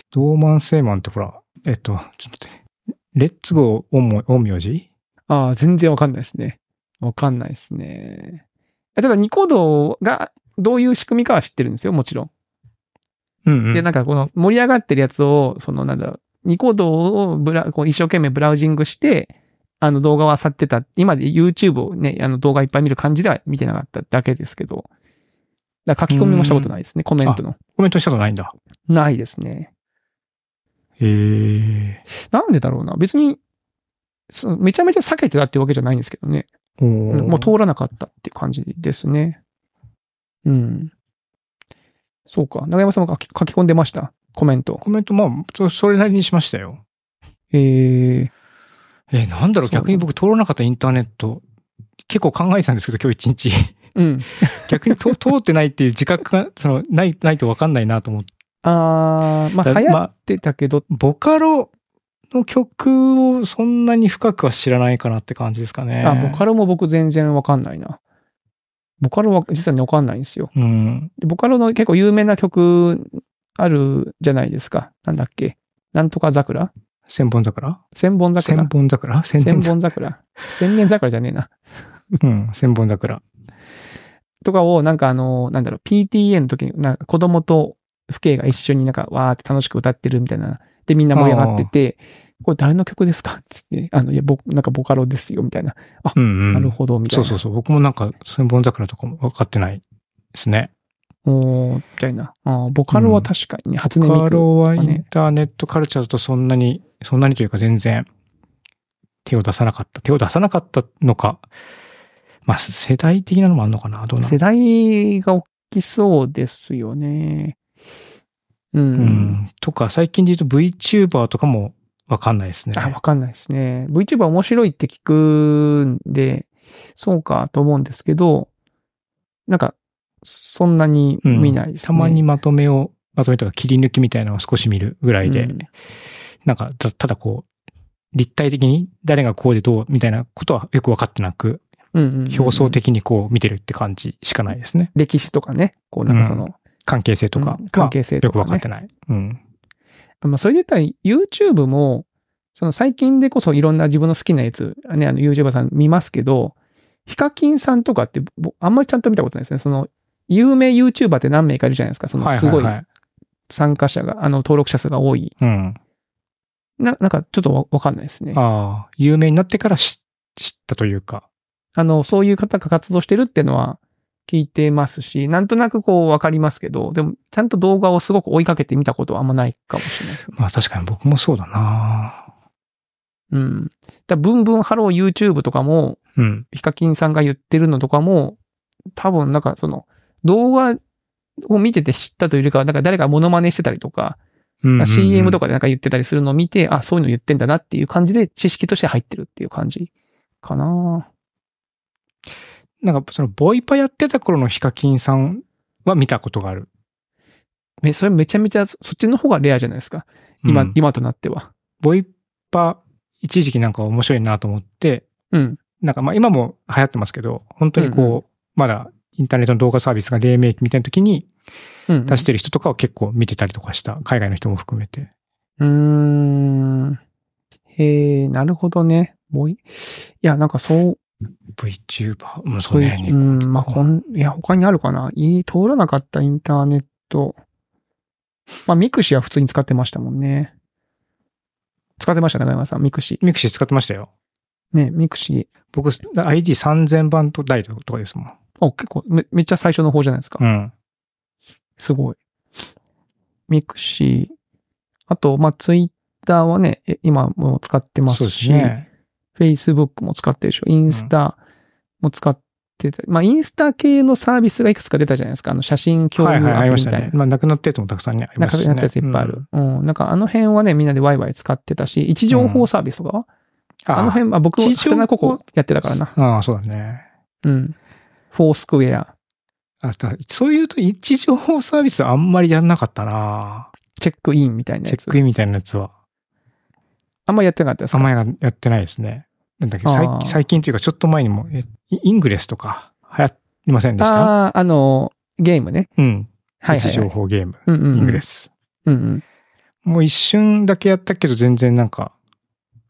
Speaker 1: ドーマン・セーマンってほら、えっと、ちょっと待って。レッツゴー・オンモ陰陽師
Speaker 2: ああ、全然わかんないですね。わかんないですね。あただ、ニコ動がどういう仕組みかは知ってるんですよ、もちろん。
Speaker 1: うんうん。
Speaker 2: で、なんかこの盛り上がってるやつを、そのなんだろう、ニコ動をブラこう一生懸命ブラウジングして、あの動画を漁ってた。今で YouTube をね、あの動画いっぱい見る感じでは見てなかっただけですけど。だから書き込みもしたことないですね、コメントの。
Speaker 1: コメントしたことないんだ。
Speaker 2: ないですね。
Speaker 1: え
Speaker 2: なんでだろうな。別に、そのめちゃめちゃ避けてたってわけじゃないんですけどね。
Speaker 1: えー。
Speaker 2: うん
Speaker 1: お
Speaker 2: も
Speaker 1: ー
Speaker 2: う通らなかったっていう感じですね。うん。そうか。長山さんも書き書き込んでました。コメント。
Speaker 1: コメント、まあ、そそれなりにしましたよ。
Speaker 2: えー、
Speaker 1: えーなんだろう、
Speaker 2: そう
Speaker 1: 逆に僕通らなかったインターネット、結構考えてたんですけど、今日一日。
Speaker 2: うん。
Speaker 1: 逆に通通ってないっていう自覚が、その、ない、ないと分かんないなと思って。
Speaker 2: あー、まあ、流行っ
Speaker 1: まあ、
Speaker 2: てたけど、
Speaker 1: ボカロの曲をそんなに深くは知らないかなって感じですかね。
Speaker 2: あ、ボカロも僕全然わかんないな。ボカロは実はね、わかんないんですよ。
Speaker 1: うん。
Speaker 2: でボカロの結構有名な曲あるじゃないですか。なんだっけ。なんとか桜
Speaker 1: 千本桜
Speaker 2: 千本桜
Speaker 1: 千本桜千
Speaker 2: 千
Speaker 1: 年桜
Speaker 2: 本桜。千年桜じゃねえな。
Speaker 1: うん、千本桜。
Speaker 2: とかを、なんかあの、なんだろう、PTA の時に、なんか子供と父兄が一緒になんか、わーって楽しく歌ってるみたいな。で、みんな盛り上がってて、これ誰の曲ですかつって、あの、いや、僕、なんかボカロですよ、みたいな。
Speaker 1: うんうん。
Speaker 2: なるほど、みたい
Speaker 1: そ
Speaker 2: な。
Speaker 1: うそうそう。僕もなんか、千本桜とかも分かってないですね。
Speaker 2: おーみたいな。あーボカロは確かにね、初音ミ
Speaker 1: ボ
Speaker 2: ク。
Speaker 1: カロはインターネットカルチャーだとそんなに、そんなにというか全然手を出さなかった。手を出さなかったのか。まあ、世代的なのもあるのかな。どうな
Speaker 2: 世
Speaker 1: の
Speaker 2: 代が大きそうですよね。うん。
Speaker 1: うん。とか、最近で言うと VTuber とかもわかんないですね。
Speaker 2: あ、わかんないですね。VTuber 面白いって聞くんで、そうかと思うんですけど、なんか、そんなに
Speaker 1: うん
Speaker 2: 見ないですね。
Speaker 1: たまにまとめを、まとめとか切り抜きみたいなのを少し見るぐらいで、
Speaker 2: うん
Speaker 1: なんかた、ただこう、立体的に誰がこうでどうみたいなことはよくわかってなく、
Speaker 2: うんうんうんうん
Speaker 1: 表層的にこう見てるって感じしかないですね。
Speaker 2: 歴史とかね、こうなんかその、
Speaker 1: 関係性とか。
Speaker 2: うん関係性
Speaker 1: よ
Speaker 2: と
Speaker 1: く
Speaker 2: か、
Speaker 1: わかっ
Speaker 2: ね
Speaker 1: て。ない。うん。
Speaker 2: まあ、それで言ったら YouTube も、その最近でこそいろんな自分の好きなやつ、ね、あの YouTuber さん見ますけど、ヒカキンさんとかって、ぼあんまりちゃんと見たことないですね。その、有名 YouTuber って何名かいるじゃないですか。その、すごい
Speaker 1: はは
Speaker 2: 参加者が、あの、登録者数が多い。
Speaker 1: はうん。
Speaker 2: な、なんかちょっとわわかんないですね。あ
Speaker 1: ああ、有名になってから知知ったというか。
Speaker 2: の、そういう方が活動してるっていうのは聞いてますし、なんとなくこうわかりますけど、でも、ちゃんと動画をすごく追いかけて見たことはあんまないかもしれないです。
Speaker 1: まあ確かに僕もそうだな
Speaker 2: うん。だブンブンハロー YouTube とかも、
Speaker 1: うん。
Speaker 2: ヒカキンさんが言ってるのとかも、多分なんかその動画を見てて知ったというよりかは、なんか誰かモノマネしてたりとか、
Speaker 1: うんうんうん
Speaker 2: CM とかでなんか言ってたりするのを見て、あ、そういうの言ってんだなっていう感じで知識として入ってるっていう感じかな。
Speaker 1: なんかそのボイパやってた頃のヒカキンさんは見たことがある。
Speaker 2: めそれめちゃめちゃそそっちの方がレアじゃないですか。今、
Speaker 1: うん
Speaker 2: 今となっては。
Speaker 1: ボイパ、一時期なんか面白いなと思って、
Speaker 2: うん。
Speaker 1: なんかまあ今も流行ってますけど、本当にこう、
Speaker 2: うん
Speaker 1: まだインターネットの動画サービスが黎明期みたいな時に
Speaker 2: うんうん
Speaker 1: 出してる人とかを結構見てたりとかした。海外の人も含めて。
Speaker 2: うーん。へえ、なるほどね。もうい、いや、なんかそう、
Speaker 1: VTuber。うん、そ
Speaker 2: そうう
Speaker 1: ね。
Speaker 2: いう、うん、まあ、こん、いや、他にあるかな。いい、通らなかったインターネット。まあ、ミクシーは普通に使ってましたもんね。使ってました、中山さん、ミクシ
Speaker 1: ミクシー使ってましたよ。
Speaker 2: ー。ね、ミクシー。
Speaker 1: 僕、ID3000 番と台とかですもん。
Speaker 2: お、結構め、めっちゃ最初の方じゃないですか。
Speaker 1: うん。
Speaker 2: すごい。ミクシー。あと、まあ、ツイッターはね、え今もう使ってま
Speaker 1: そうです
Speaker 2: すし、
Speaker 1: ね。
Speaker 2: フェイスブックも使ってるでしょ。インスタも使ってた。まあ、インスタ系のサービスがいくつか出たじゃないですか。あの、写真共
Speaker 1: は
Speaker 2: 有ア
Speaker 1: いはい、あり
Speaker 2: プ
Speaker 1: ま
Speaker 2: リ
Speaker 1: し
Speaker 2: み
Speaker 1: た
Speaker 2: たい
Speaker 1: ね
Speaker 2: な。。
Speaker 1: まあ、なくなったやつもたくさんね、ありま
Speaker 2: なんか
Speaker 1: すし、ね。
Speaker 2: やったやついっぱいある。。うん。なんかあの辺はね、みんなでワイワイ使ってたし、位置情報サービスとかは、あの辺、あ僕、
Speaker 1: 位置情報
Speaker 2: 福田ここやってたからな。
Speaker 1: な。ああ、そうだね。
Speaker 2: うん。フォースクエア、
Speaker 1: あだそういうと、位置情報サービスはあんまりやんなかったな
Speaker 2: チェックインみたいな
Speaker 1: チェ
Speaker 2: や
Speaker 1: ッ
Speaker 2: つ
Speaker 1: ク。インみたいなやつは。
Speaker 2: あんまやってなかったです
Speaker 1: あん
Speaker 2: か
Speaker 1: まりやってないですね。なんだっけ、
Speaker 2: あー
Speaker 1: 最近最近というか、ちょっと前にも、えイイングレスとか流行りませんでした
Speaker 2: ああー、あの、ゲームね。
Speaker 1: うん。
Speaker 2: はい
Speaker 1: 位
Speaker 2: は
Speaker 1: 置
Speaker 2: い、は
Speaker 1: 情
Speaker 2: い。
Speaker 1: 報ゲーム、
Speaker 2: うんうんうん。
Speaker 1: イングレ
Speaker 2: ス。
Speaker 1: ス。
Speaker 2: うんうん。
Speaker 1: もう一瞬だけやったけど、全然なんか、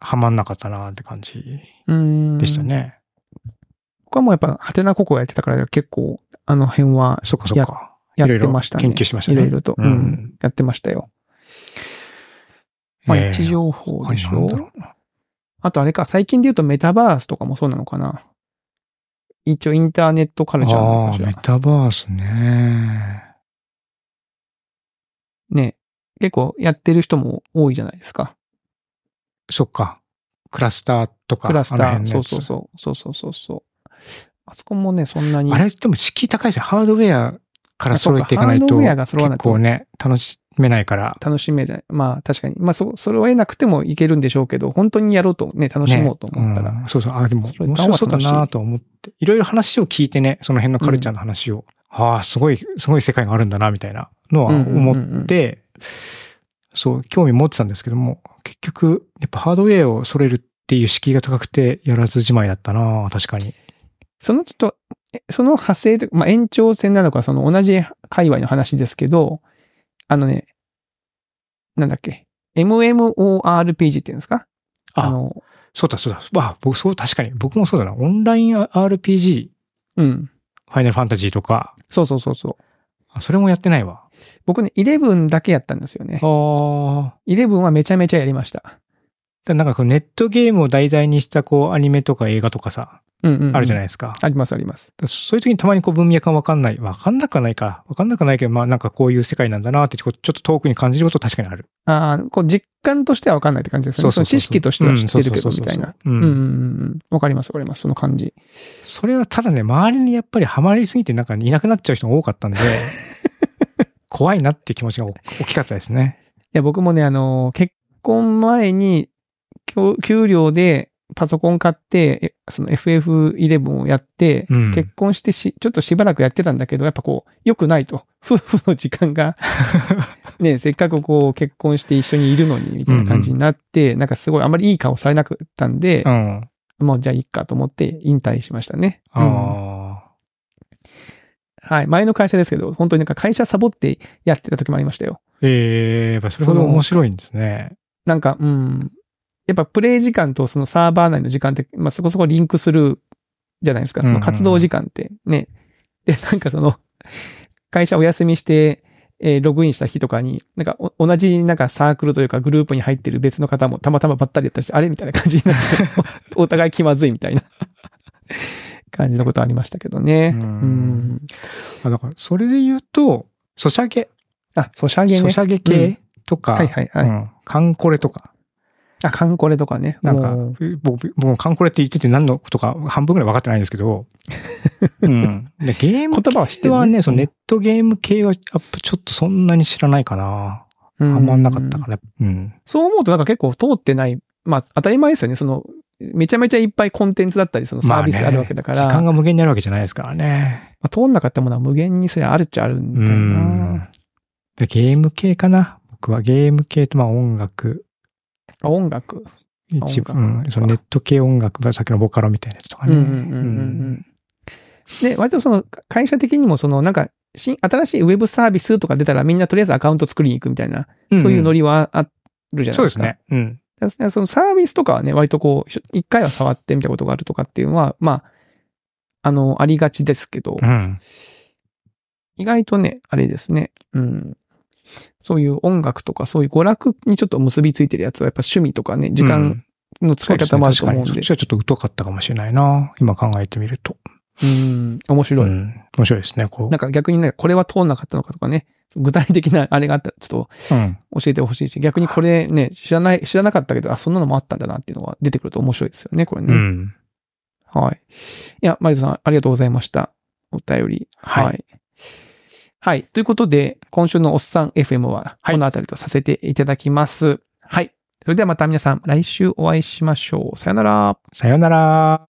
Speaker 1: はまんなかったなって感じ
Speaker 2: うーん。
Speaker 1: でした。ね。
Speaker 2: 僕はもうやっぱ、ハテナココやってたから結構、あの辺は
Speaker 1: そっかそっか。
Speaker 2: やってました
Speaker 1: い
Speaker 2: ね。
Speaker 1: ろいろ研究しましたね
Speaker 2: いろいろと。
Speaker 1: う
Speaker 2: うんん。やってましたよ。まあ、
Speaker 1: えー
Speaker 2: 位置情報でし
Speaker 1: 他にな
Speaker 2: ょ
Speaker 1: んだ。ろうな
Speaker 2: あとあれか、最近で言うとメタバースとかもそうなのかな。一応インターネットカルチャーなの
Speaker 1: あ
Speaker 2: か
Speaker 1: あ、
Speaker 2: しら
Speaker 1: メ。タバースね。
Speaker 2: ね。結構やってる人も多いじゃないですか。
Speaker 1: そっか。クラスターとか。
Speaker 2: クラスタ
Speaker 1: あの辺の
Speaker 2: ー。そ
Speaker 1: や
Speaker 2: う
Speaker 1: つ
Speaker 2: そうそう。そうそうそうそう。あそこもね、そんなに。
Speaker 1: あれ、でも敷居高いですよ。ハードウェアから揃えていかない
Speaker 2: あそ
Speaker 1: と、
Speaker 2: うかハードウェアが揃わない
Speaker 1: 結
Speaker 2: と
Speaker 1: 構ね、楽しめないから。
Speaker 2: 楽しめない。まあ確かに。まあそ、それを得なくてもいけるんでしょうけど、本当にやろうとね、楽しもうと思ったら。
Speaker 1: うんそうそう。あ、でも、
Speaker 2: それ
Speaker 1: 面白そうだなと思って。いろいろ話を聞いてね、その辺のカルチャーの話を。ああ、すごい、すごい世界があるんだな、みたいなのは思
Speaker 2: うんうんうんう
Speaker 1: っ
Speaker 2: ん
Speaker 1: て、そう、興味持ってたんですけども、結局、やっぱハードウェアを揃えるっていう敷居が高くて、やらずじまいだったな確かに。
Speaker 2: そのちょっと、えその派生というか、まあ延長線なのか、その同じ界隈の話ですけど、あのね、なんだっけ、MMORPG っていうんですか
Speaker 1: あ
Speaker 2: の、
Speaker 1: そうだ、そうだ。わあ、僕、そう、確かに。僕もそうだな。オンライン RPG、
Speaker 2: うん。
Speaker 1: ファイナルファンタジーとか、
Speaker 2: そうそうそうそう。
Speaker 1: あそれもやってないわ。
Speaker 2: 僕ね、11だけやったんですよね
Speaker 1: あ。あ。
Speaker 2: 11はめちゃめちゃやりました。
Speaker 1: だなんかこうネットゲームを題材にしたこうアニメとか映画とかさ、
Speaker 2: うんうん、
Speaker 1: あるじゃない
Speaker 2: い
Speaker 1: ですか。
Speaker 2: ありますあります。
Speaker 1: そういう時にたまにこう文脈がわかんない。わかんなくはないか。わかんなくはないけど、まあなんかこういう世界なんだなって、こうちょっと遠くに感じることは確かにある。
Speaker 2: ああ、こう実感としては分かんないって感じですね。
Speaker 1: そうそうそう
Speaker 2: の知識としては知ってるけど、
Speaker 1: うん
Speaker 2: み
Speaker 1: そうそうそうそう
Speaker 2: たいな。
Speaker 1: う
Speaker 2: うんんうんうん。わかります、わかります。その感じ。
Speaker 1: それはただね、周りにやっぱりハマりすぎてなんかいなくなっちゃう人が多かったんで、 怖いなっていう気持ちが大大きかったですね。
Speaker 2: いや、僕もね、あのー、結婚前に、給給料でパソコン買って、えその FF11 をやって、
Speaker 1: うん
Speaker 2: 結婚してし、ちょっとしばらくやってたんだけど、やっぱこう、良くないと。 夫婦の時 間が、ね、せっかくこう、結婚して一緒にいるのに、みたいな感じになって、なんかすごい、あんまりいい顔されなかったんで
Speaker 1: う、ん。あ
Speaker 2: もうじゃあいいかと思って引退しましたね。
Speaker 1: あ
Speaker 2: うんはい。前の会社ですけど、本当になんか会社サボってやってた時もありましたよ。
Speaker 1: ー。ええやっぱそれほど面白いんですね。
Speaker 2: なんか、うん。やっぱプレイ時間とそのサーバー内の時間って、まあそこそこリンクするじゃないですか。その活動時間って。ね。で、なんかその、会社お休みして、えーログインした日とかに、なんかお同じなんかサークルというかグループに入ってる別の方もたまたまばったりやったりして、あれみたいな感じになって、 おお互い気まずいみたいな感じのことありましたけどね。
Speaker 1: う
Speaker 2: うんん。
Speaker 1: あだからそれで言うと、ソシャゲ、
Speaker 2: あ、ソシャゲ
Speaker 1: ソ
Speaker 2: ね
Speaker 1: シ。ャゲ系とか、
Speaker 2: はいはいはい。
Speaker 1: うん。カンコレとか。
Speaker 2: あ、カンコレとかね。
Speaker 1: なんか
Speaker 2: もう、
Speaker 1: 僕、僕もカンコレって言ってて何のことか半分ぐらい分かってないんですけ ど。うん。でゲーム
Speaker 2: 言葉は知ってるね
Speaker 1: はね、そのネットゲーム系は、やっぱちょっとそんなに知らないかな。
Speaker 2: う
Speaker 1: あんまなかったから。うん。
Speaker 2: そう思うとなんか結構通ってない、まあ当たり前ですよね。その、めちゃめちゃいっぱいコンテンツだったり、そのサービス
Speaker 1: まね
Speaker 2: あるわけだから、
Speaker 1: 時
Speaker 2: まあ
Speaker 1: 間が無限になるわけじゃないですからね。
Speaker 2: 通んなかったものは無限にそれあるっちゃあるん
Speaker 1: う
Speaker 2: だよ
Speaker 1: ん
Speaker 2: な。。
Speaker 1: で、ゲーム系かな。僕はゲーム系と、まあ音楽。
Speaker 2: あ音楽。
Speaker 1: 一部、
Speaker 2: 音楽
Speaker 1: うんそのネット系音楽がさっきのボカロみたいなやつとか
Speaker 2: うん
Speaker 1: ね。
Speaker 2: うんうんうんうん。で、割とその会社的にもそのなんか新、新しいウェブサービスとか出たらみんなとりあえずアカウント作りに行くみたいな、
Speaker 1: うん
Speaker 2: そういうノリはあるじゃないですか。
Speaker 1: そうですね。うん。
Speaker 2: だからそのサービスとかはね、割とこう、ひょ一回は触ってみたことがあるとかっていうのは、まあ、あの、ありがちですけど、
Speaker 1: うん。
Speaker 2: 意外とね、あれですね、うん。そういう音楽とか、そういう娯楽にちょっと結びついてるやつは、やっぱ趣味とかね、時
Speaker 1: うん
Speaker 2: 間の使い方もあると思うん
Speaker 1: そ
Speaker 2: で
Speaker 1: っ、ちはちょっと疎かったかもしれないな。今考えてみると。
Speaker 2: うん、面白い。
Speaker 1: うん面白いですね。こう
Speaker 2: なん。か逆にね、これは通んなかったのかとかね、具体的なあれがあったらちょっ
Speaker 1: うん。
Speaker 2: と教えてほしいし、逆にこれね、知らない、知らなかったけど、あ、そんなのもあったんだなっていうのが出てくると面白いですよね、これね。
Speaker 1: うん。
Speaker 2: はい。いや、マリトさん、ありがとうございました。お便り。
Speaker 1: はい
Speaker 2: はい。はいということで、今週のおっさん FM は、
Speaker 1: はい
Speaker 2: このあたりとさせていただきます。はい。それではまた皆さん、来週お会いしましょう。さよなら。
Speaker 1: さよなら。